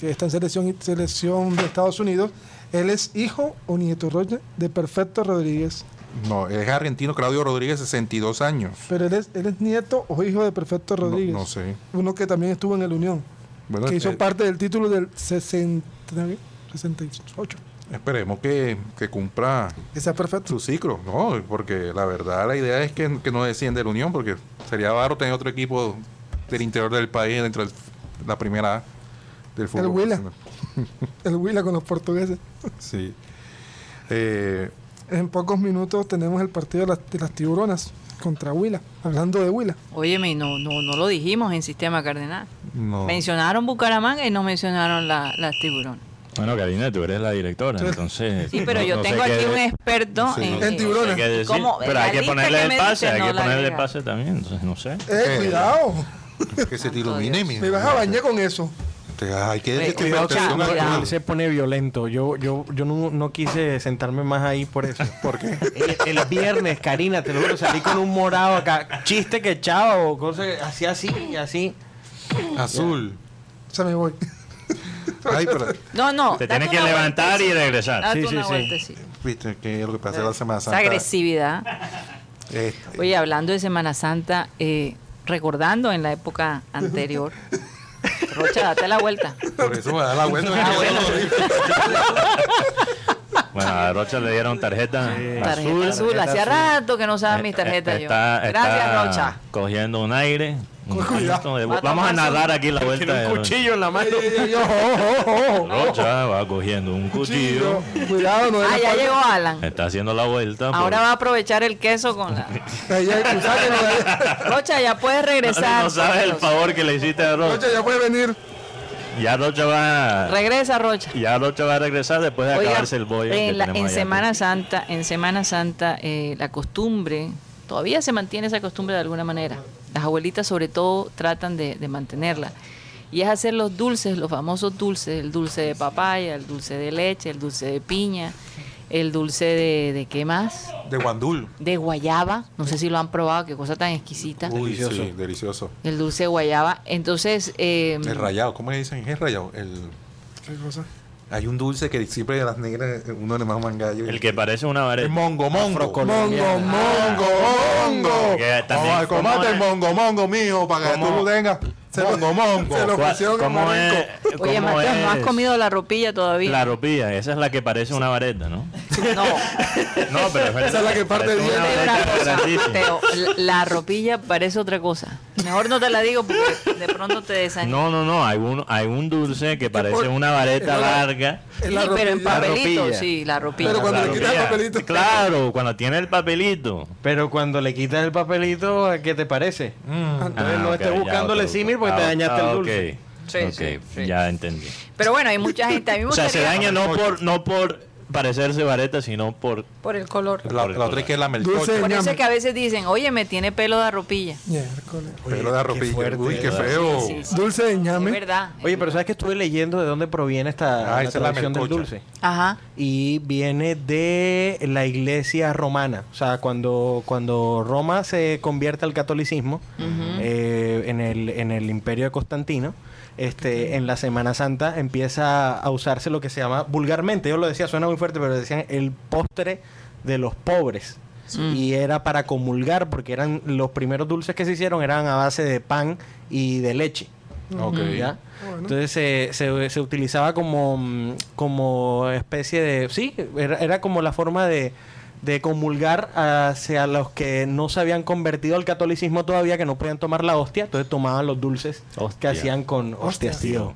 [SPEAKER 6] que está en selección, selección de Estados Unidos, él es hijo o nieto Roger, de Perfecto Rodríguez.
[SPEAKER 4] No, es argentino Claudio Rodríguez, 62 años.
[SPEAKER 6] Pero él es, él es nieto o hijo de Perfecto
[SPEAKER 4] No-
[SPEAKER 6] Rodríguez.
[SPEAKER 4] no sé.
[SPEAKER 6] Uno que también estuvo en el Unión,
[SPEAKER 4] Bueno,
[SPEAKER 6] que hizo
[SPEAKER 4] eh,
[SPEAKER 6] parte del título del 60, 68.
[SPEAKER 4] Esperemos que, que cumpla
[SPEAKER 6] Ese es perfecto.
[SPEAKER 4] su ciclo, ¿no? Porque la verdad, la idea es que, que no desciende la Unión, porque sería barro tener otro equipo del interior del país dentro de la primera A del fútbol.
[SPEAKER 6] El Huila.
[SPEAKER 4] profesional.
[SPEAKER 6] El Huila con los portugueses.
[SPEAKER 4] Sí. Eh,
[SPEAKER 6] En pocos minutos tenemos el partido de las, de las tiburonas contra Huila. Hablando de Huila.
[SPEAKER 2] Óyeme, y no, no, no lo dijimos en Sistema Cardenal.
[SPEAKER 4] no.
[SPEAKER 2] Mencionaron Bucaramanga y no mencionaron la- las tiburones.
[SPEAKER 3] Bueno, Karina, tú eres la directora, entonces.
[SPEAKER 2] Sí, pero
[SPEAKER 3] no-
[SPEAKER 2] yo
[SPEAKER 3] no sé
[SPEAKER 2] tengo
[SPEAKER 3] qué
[SPEAKER 2] aquí un
[SPEAKER 3] de-
[SPEAKER 2] experto
[SPEAKER 4] Sí,
[SPEAKER 2] en,
[SPEAKER 4] no
[SPEAKER 6] sé En tiburones.
[SPEAKER 3] qué decir,
[SPEAKER 2] ¿Cómo?
[SPEAKER 3] Pero
[SPEAKER 2] La
[SPEAKER 3] hay que
[SPEAKER 2] lista
[SPEAKER 3] ponerle
[SPEAKER 2] que
[SPEAKER 3] el
[SPEAKER 2] me
[SPEAKER 3] pase,
[SPEAKER 2] diste
[SPEAKER 3] hay
[SPEAKER 2] no
[SPEAKER 3] que
[SPEAKER 2] la
[SPEAKER 3] ponerle el
[SPEAKER 2] agrega.
[SPEAKER 3] pase también, entonces no sé.
[SPEAKER 6] ¡Eh,
[SPEAKER 4] Eh,
[SPEAKER 6] cuidado!
[SPEAKER 4] Que se te ilumine,
[SPEAKER 2] Dios.
[SPEAKER 4] mi-
[SPEAKER 6] Me vas a bañar con eso.
[SPEAKER 4] Te- Hay que
[SPEAKER 2] Oye,
[SPEAKER 4] describir
[SPEAKER 5] Cuidado que
[SPEAKER 2] Chao,
[SPEAKER 5] se pone-
[SPEAKER 2] cuidado.
[SPEAKER 5] se pone violento. Yo, yo, yo no, no quise sentarme más ahí por eso.
[SPEAKER 4] ¿Por qué?
[SPEAKER 5] El, el viernes, Karina, te lo juro, salí con un morado acá. Chiste que echaba o cosas así, así, y así.
[SPEAKER 4] Azul.
[SPEAKER 6] O sea, me voy.
[SPEAKER 4] Ay, pero.
[SPEAKER 2] No, no.
[SPEAKER 3] Te
[SPEAKER 2] date
[SPEAKER 3] tienes que
[SPEAKER 2] una
[SPEAKER 3] levantar y
[SPEAKER 2] vueltecita.
[SPEAKER 3] regresar.
[SPEAKER 2] Date
[SPEAKER 5] Sí, sí,
[SPEAKER 2] una
[SPEAKER 5] sí.
[SPEAKER 2] vueltecita.
[SPEAKER 4] Viste que es lo que pasó la Semana
[SPEAKER 2] Esa
[SPEAKER 4] Santa.
[SPEAKER 2] agresividad.
[SPEAKER 4] Este,
[SPEAKER 2] Oye, hablando de Semana Santa, eh, recordando en la época anterior. Rocha, date la vuelta.
[SPEAKER 4] por eso me da la vuelta.
[SPEAKER 3] Bueno, a Rocha le dieron tarjeta azul.
[SPEAKER 2] Tarjeta azul. Hacía rato que no usaba mis
[SPEAKER 3] Eh, eh,
[SPEAKER 2] tarjetas yo.
[SPEAKER 3] está- está
[SPEAKER 2] Gracias, Rocha.
[SPEAKER 3] Cogiendo un aire. un
[SPEAKER 6] Cuidado.
[SPEAKER 3] poquito de-
[SPEAKER 2] Va a
[SPEAKER 3] vamos a
[SPEAKER 2] tomarse
[SPEAKER 3] nadar aquí la vuelta
[SPEAKER 5] Tiene
[SPEAKER 3] de
[SPEAKER 5] un cuchillo en la mano.
[SPEAKER 3] Rocha va cogiendo un cuchillo.
[SPEAKER 6] Cuidado, no
[SPEAKER 2] Ah,
[SPEAKER 6] dejes
[SPEAKER 2] ya
[SPEAKER 6] pal-
[SPEAKER 2] llegó Alan.
[SPEAKER 3] Está haciendo la vuelta. por-
[SPEAKER 2] Ahora va a aprovechar el queso con la.
[SPEAKER 6] Ahí ya, tú sabes, no dejes-
[SPEAKER 2] Rocha, ya puedes
[SPEAKER 3] No,
[SPEAKER 2] regresar. Pues,
[SPEAKER 3] no sabes el
[SPEAKER 2] Rocha.
[SPEAKER 3] favor que le hiciste a Rocha.
[SPEAKER 6] Rocha, ya puede venir.
[SPEAKER 3] Ya Rocha va,
[SPEAKER 2] Regresa, Rocha.
[SPEAKER 3] ya Rocha va a regresar después de
[SPEAKER 2] Oiga,
[SPEAKER 3] acabarse el bollo. que
[SPEAKER 2] en, la- en
[SPEAKER 3] tenemos allá.
[SPEAKER 2] Semana Santa, en Semana Santa, eh, la costumbre, todavía se mantiene esa costumbre de alguna manera. Las abuelitas sobre todo tratan de, de mantenerla. Y es hacer los dulces, los famosos dulces, el dulce de papaya, el dulce de leche, el dulce de piña, el dulce de, de qué más,
[SPEAKER 4] De Guandul.
[SPEAKER 2] de guayaba, no sé si lo han probado, qué cosa tan exquisita,
[SPEAKER 4] Uy, sí, delicioso.
[SPEAKER 2] el dulce de guayaba. Entonces, eh,
[SPEAKER 4] El rayado, ¿cómo le dicen? Es rayado. El,
[SPEAKER 6] ¿Qué cosa?
[SPEAKER 4] hay un dulce que siempre de las negras uno le más mangallo.
[SPEAKER 3] El que parece una
[SPEAKER 4] El
[SPEAKER 3] vareta.
[SPEAKER 4] mongo, mongo.
[SPEAKER 6] Mongo, mongo, mongo.
[SPEAKER 3] Que también
[SPEAKER 4] Vamos a
[SPEAKER 3] como
[SPEAKER 4] comate el
[SPEAKER 3] es-
[SPEAKER 4] mongo, mongo, mijo, para que tú
[SPEAKER 3] como-
[SPEAKER 4] lo tengas. Mongo, mongo.
[SPEAKER 6] se lo-
[SPEAKER 3] ¿Cuál-
[SPEAKER 6] pusieron en
[SPEAKER 3] ¿Cómo
[SPEAKER 6] Marenco.
[SPEAKER 3] es?
[SPEAKER 2] oye,
[SPEAKER 3] cómo
[SPEAKER 2] Mateo, no has
[SPEAKER 3] es
[SPEAKER 2] comido la ropilla todavía.
[SPEAKER 3] La ropilla, esa es la que parece una vareta, ¿no?
[SPEAKER 2] No.
[SPEAKER 3] No, pero es verdad.
[SPEAKER 4] Esa es la que parte
[SPEAKER 3] Parece
[SPEAKER 4] de
[SPEAKER 3] una
[SPEAKER 2] Yo te digo una
[SPEAKER 3] vareta
[SPEAKER 2] cosa,
[SPEAKER 3] grandísima.
[SPEAKER 2] Teo, la- la ropilla parece otra cosa. Mejor no te la digo porque de pronto te desanimas.
[SPEAKER 3] No, no, no, hay un, hay un dulce que parece una vareta larga.
[SPEAKER 6] Es
[SPEAKER 2] Sí,
[SPEAKER 6] la
[SPEAKER 2] pero
[SPEAKER 6] ropilla.
[SPEAKER 2] en papelito,
[SPEAKER 5] ropilla.
[SPEAKER 2] sí, la ropilla.
[SPEAKER 6] Pero cuando
[SPEAKER 3] La
[SPEAKER 6] le quitas el
[SPEAKER 3] ropilla.
[SPEAKER 6] papelito.
[SPEAKER 3] Claro, cuando tiene el papelito.
[SPEAKER 5] Pero cuando le quitas el papelito, ¿a qué te parece?
[SPEAKER 4] Mm.
[SPEAKER 5] Entonces no
[SPEAKER 3] Ah, ok,
[SPEAKER 5] estés
[SPEAKER 3] ya
[SPEAKER 5] buscándole
[SPEAKER 3] otro-
[SPEAKER 5] símil porque te
[SPEAKER 3] ah,
[SPEAKER 5] dañaste
[SPEAKER 3] ah,
[SPEAKER 5] el dulce.
[SPEAKER 3] ok.
[SPEAKER 2] Sí, sí,
[SPEAKER 3] Ok,
[SPEAKER 2] sí.
[SPEAKER 3] ya entendí.
[SPEAKER 2] Pero bueno, hay mucha gente. A mí me
[SPEAKER 3] O sea, se
[SPEAKER 2] gustaría-
[SPEAKER 3] daña no por, no por parecerse vareta, sino por...
[SPEAKER 2] por el color.
[SPEAKER 4] La, la otra es que es la
[SPEAKER 6] Dulce.
[SPEAKER 4] melcocha.
[SPEAKER 2] Por eso
[SPEAKER 6] ñame.
[SPEAKER 2] es que a veces dicen, oye, me tiene pelo de ropilla.
[SPEAKER 6] Miércoles.
[SPEAKER 4] Pero de arropillo. Uy, qué
[SPEAKER 3] ¿verdad?
[SPEAKER 4] feo.
[SPEAKER 2] Sí, sí,
[SPEAKER 6] Oh. Dulce de
[SPEAKER 2] Es
[SPEAKER 6] ñame.
[SPEAKER 2] verdad.
[SPEAKER 5] Oye, pero ¿sabes que estuve leyendo de dónde proviene esta
[SPEAKER 4] Ah,
[SPEAKER 5] la
[SPEAKER 4] esa es la
[SPEAKER 5] tradición del
[SPEAKER 4] melcocha.
[SPEAKER 5] dulce?
[SPEAKER 2] Ajá.
[SPEAKER 5] y viene de la iglesia romana. O sea, cuando, cuando Roma se convierte al catolicismo eh, en, el, en el imperio de Constantino, este, en la Semana Santa empieza a usarse lo que se llama vulgarmente, yo lo decía, suena muy fuerte, pero decían el postre de los pobres. Y era para comulgar, porque eran los primeros dulces que se hicieron eran a base de pan y de leche.
[SPEAKER 4] Ok.
[SPEAKER 5] Mm, ¿Ya? Entonces se, se- se utilizaba como, mm, como especie de... Sí, era, era como la forma de, de comulgar hacia los que no se habían convertido al catolicismo todavía, que no podían tomar la hostia, entonces tomaban los dulces
[SPEAKER 3] Hostia.
[SPEAKER 5] que hacían con hostias, tío.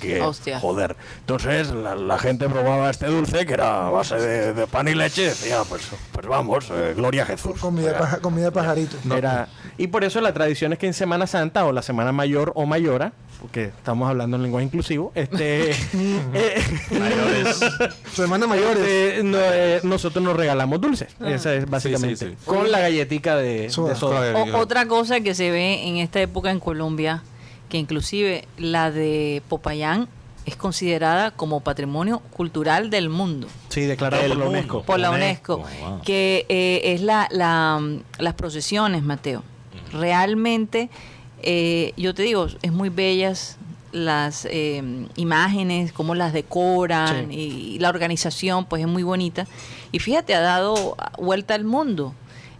[SPEAKER 7] que
[SPEAKER 2] Hostia.
[SPEAKER 7] joder. Entonces la, la gente probaba este dulce que era a base de, de pan y leche y decía, pues, pues vamos, eh, gloria a Jesús.
[SPEAKER 6] Comida, de paja- comida de pajarito.
[SPEAKER 5] Era- y por eso la tradición es que en Semana Santa o la Semana Mayor o Mayora, porque estamos hablando en lenguaje inclusivo, este, eh,
[SPEAKER 3] Mayores.
[SPEAKER 6] Semana mayores.
[SPEAKER 5] este, no, eh, nosotros nos regalamos dulces. Esa es básicamente.
[SPEAKER 4] Sí, sí, sí.
[SPEAKER 5] Con la galletica de
[SPEAKER 6] Soda.
[SPEAKER 5] de soda.
[SPEAKER 4] Claro,
[SPEAKER 2] O-
[SPEAKER 4] digamos.
[SPEAKER 2] otra cosa que se ve en esta época en Colombia, que inclusive la de Popayán es considerada como patrimonio cultural del mundo
[SPEAKER 5] Sí, declarado
[SPEAKER 3] Del
[SPEAKER 5] por la
[SPEAKER 3] mundo.
[SPEAKER 5] UNESCO.
[SPEAKER 2] por la
[SPEAKER 3] UNESCO,
[SPEAKER 2] UNESCO,
[SPEAKER 3] wow.
[SPEAKER 2] que eh, es la, la, mm, las procesiones, Mateo. Realmente, eh, yo te digo, es muy bellas las eh, imágenes, cómo las decoran
[SPEAKER 5] Sí.
[SPEAKER 2] y, y la organización, pues es muy bonita. Y fíjate, ha dado vuelta al mundo.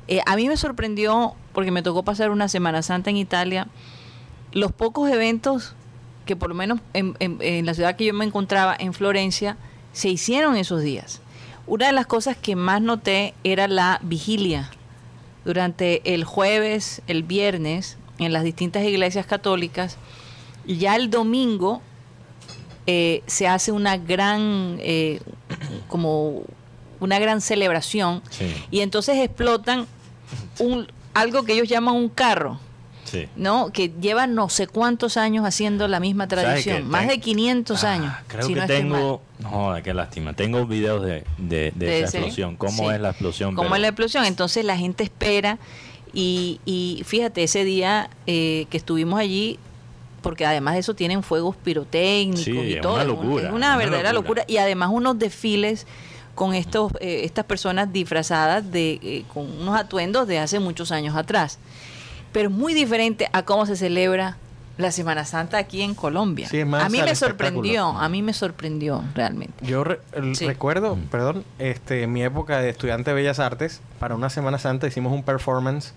[SPEAKER 2] Eh, a mí me sorprendió, porque me tocó pasar una Semana Santa en Italia, los pocos eventos que por lo menos en, en- en la ciudad que yo me encontraba, en Florencia, se hicieron esos días. Una de las cosas que más noté era la vigilia. Durante el jueves, el viernes, en las distintas iglesias católicas, y ya el domingo eh, se hace una gran, eh, como una gran celebración,
[SPEAKER 3] Sí.
[SPEAKER 2] y entonces explotan un, algo que ellos llaman un carro.
[SPEAKER 3] Sí.
[SPEAKER 2] ¿no? Que lleva no sé cuántos años haciendo la misma
[SPEAKER 3] ¿Sabes
[SPEAKER 2] tradición,
[SPEAKER 3] qué?
[SPEAKER 2] más
[SPEAKER 3] Ten-
[SPEAKER 2] de 500
[SPEAKER 3] Ah,
[SPEAKER 2] años.
[SPEAKER 3] Creo
[SPEAKER 2] si
[SPEAKER 3] que
[SPEAKER 2] no estoy mal.
[SPEAKER 3] tengo. No, joder, qué lástima. Tengo videos de, de, de
[SPEAKER 2] De
[SPEAKER 3] esa
[SPEAKER 2] ese-
[SPEAKER 3] explosión. ¿Cómo
[SPEAKER 2] sí.
[SPEAKER 3] es la explosión?
[SPEAKER 2] ¿Cómo
[SPEAKER 3] pero-
[SPEAKER 2] es la explosión? Entonces la gente espera y, y fíjate, ese día eh, que estuvimos allí, porque además de eso tienen fuegos pirotécnicos
[SPEAKER 3] Sí,
[SPEAKER 2] y
[SPEAKER 3] es
[SPEAKER 2] todo.
[SPEAKER 3] una
[SPEAKER 2] un-
[SPEAKER 3] locura,
[SPEAKER 2] es
[SPEAKER 3] una
[SPEAKER 2] una verdadera
[SPEAKER 3] locura.
[SPEAKER 2] locura. Y además unos desfiles con estos, eh, estas personas disfrazadas de, eh, con unos atuendos de hace muchos años atrás. Pero es muy diferente a cómo se celebra la Semana Santa aquí en Colombia.
[SPEAKER 5] Sí, es más
[SPEAKER 2] a mí
[SPEAKER 5] al
[SPEAKER 2] me
[SPEAKER 5] espectáculo.
[SPEAKER 2] sorprendió, a mí me sorprendió realmente.
[SPEAKER 5] Yo re- el-
[SPEAKER 2] Sí.
[SPEAKER 5] recuerdo, perdón, este, en mi época de estudiante de Bellas Artes, para una Semana Santa hicimos un performance.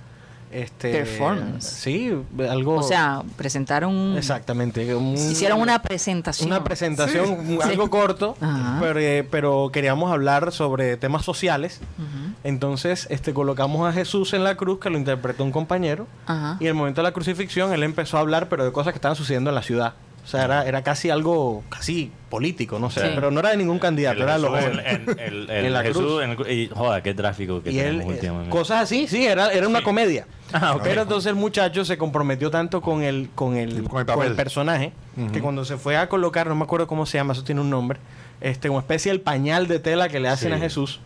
[SPEAKER 5] Este,
[SPEAKER 2] Performance.
[SPEAKER 5] Sí, algo.
[SPEAKER 2] O sea, presentaron un,
[SPEAKER 5] exactamente. un-
[SPEAKER 2] Hicieron una presentación.
[SPEAKER 5] Mm. Una presentación,
[SPEAKER 2] Sí.
[SPEAKER 5] un- algo
[SPEAKER 2] Sí.
[SPEAKER 5] corto,
[SPEAKER 2] Ajá.
[SPEAKER 5] pero, eh, pero queríamos hablar sobre temas sociales.
[SPEAKER 2] Ujú.
[SPEAKER 5] Entonces, este, colocamos a Jesús en la cruz, que lo interpretó un compañero.
[SPEAKER 2] Ajá.
[SPEAKER 5] Y en el momento de la crucifixión, él empezó a hablar, pero de cosas que estaban sucediendo en la ciudad. O sea, era, era casi algo casi político, no sé.
[SPEAKER 2] Sí.
[SPEAKER 5] Pero no era de ningún candidato,
[SPEAKER 3] El
[SPEAKER 5] era de los
[SPEAKER 3] Jesús
[SPEAKER 5] jóvenes.
[SPEAKER 3] en- en- el- el
[SPEAKER 5] En la
[SPEAKER 3] Jesús
[SPEAKER 5] cruz.
[SPEAKER 3] en la cruz. Y joda, qué tráfico que
[SPEAKER 5] Y él,
[SPEAKER 3] tenemos
[SPEAKER 5] eh,
[SPEAKER 3] últimamente.
[SPEAKER 5] cosas así, sí, era, era una comedia.
[SPEAKER 3] Ah, ok.
[SPEAKER 5] Pero entonces el muchacho se comprometió tanto con el, con el,
[SPEAKER 4] Con el
[SPEAKER 5] con
[SPEAKER 4] papel.
[SPEAKER 5] el personaje que cuando se fue a colocar, no me acuerdo cómo se llama, eso tiene un nombre, este, una especie del pañal de tela que le hacen
[SPEAKER 3] Sí.
[SPEAKER 5] a Jesús.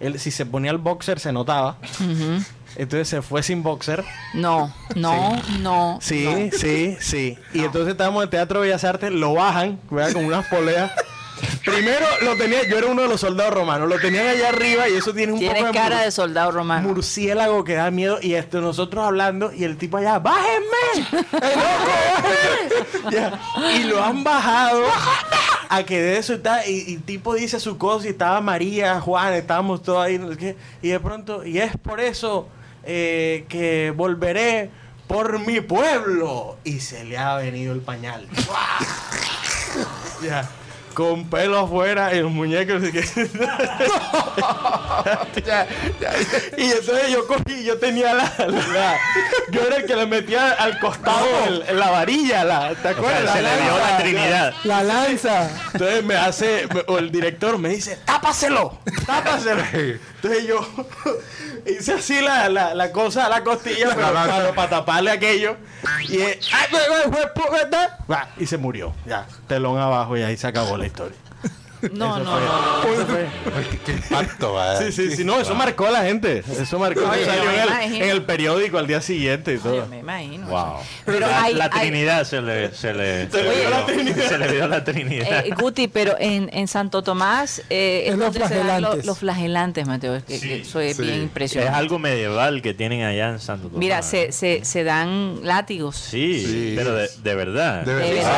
[SPEAKER 5] Él, si se ponía el boxer se notaba.
[SPEAKER 2] Ujú.
[SPEAKER 5] Entonces se fue sin boxer.
[SPEAKER 2] No, no, no.
[SPEAKER 5] Sí,
[SPEAKER 2] no.
[SPEAKER 5] sí, sí. Y entonces estábamos en el Teatro Bellas Artes, lo bajan, ¿verdad? Con unas poleas. Primero lo tenía, yo era uno de los soldados romanos, lo tenían allá arriba y eso tiene un
[SPEAKER 2] Tienes
[SPEAKER 5] poco de
[SPEAKER 2] cara
[SPEAKER 5] mur-
[SPEAKER 2] de soldado romano.
[SPEAKER 5] murciélago que da miedo y esto nosotros hablando y el tipo allá, ¡bájenme! ¡Eh, loco, bájenme! Ya, Y lo han bajado a que de eso está y, y el tipo dice su cosa y estaba María, Juan, estábamos todos ahí no sé qué, y de pronto, y es por eso eh, que volveré por mi pueblo y se le ha venido el pañal. ya. Con pelo afuera y los muñecos. así que- Y entonces yo cogí, yo tenía la, la- Yo era el que le metía al costado el- el- la varilla, la, ¿te
[SPEAKER 3] O sea,
[SPEAKER 5] acuerdas?
[SPEAKER 3] se
[SPEAKER 5] La
[SPEAKER 3] le dio
[SPEAKER 5] lanza.
[SPEAKER 3] la Trinidad.
[SPEAKER 6] La lanza.
[SPEAKER 5] Entonces me hace, me- o el director me dice, tápaselo, tápaselo. Entonces yo hice así la, la, la cosa, la costilla, pero para, para taparle aquello. Y, eh, ¡ay, güey, güey, güey, pu- güey, ta! Va, y se murió, ya, telón abajo y ahí se acabó la historia.
[SPEAKER 2] No, no, no.
[SPEAKER 5] Eso fue-
[SPEAKER 4] Ay, qué- qué impacto, va.
[SPEAKER 5] Sí, sí, sí, no, eso marcó a la gente. Eso marcó, eso
[SPEAKER 2] Oye,
[SPEAKER 5] salió
[SPEAKER 2] me
[SPEAKER 5] en el,
[SPEAKER 2] imagino.
[SPEAKER 5] en el periódico al día siguiente y todo.
[SPEAKER 2] Yo me imagino.
[SPEAKER 3] Wow.
[SPEAKER 2] Pero
[SPEAKER 3] la,
[SPEAKER 2] hay-
[SPEAKER 3] la
[SPEAKER 2] hay-
[SPEAKER 3] Trinidad se le se le se
[SPEAKER 5] le
[SPEAKER 3] le
[SPEAKER 5] dio la
[SPEAKER 3] dio- se le dio la Trinidad.
[SPEAKER 2] Eh, Guti, pero en, en Santo Tomás eh,
[SPEAKER 6] Es
[SPEAKER 2] es
[SPEAKER 6] los
[SPEAKER 2] donde se dan lo-
[SPEAKER 6] flagelantes.
[SPEAKER 2] los flagelantes, Mateo. Es que, que eso es bien
[SPEAKER 3] es
[SPEAKER 2] impresionante.
[SPEAKER 3] algo medieval que tienen allá en Santo Tomás.
[SPEAKER 2] Mira, se, se, se dan látigos.
[SPEAKER 3] Sí,
[SPEAKER 4] Sí.
[SPEAKER 3] pero de, de verdad.
[SPEAKER 4] De
[SPEAKER 2] De
[SPEAKER 4] verdad.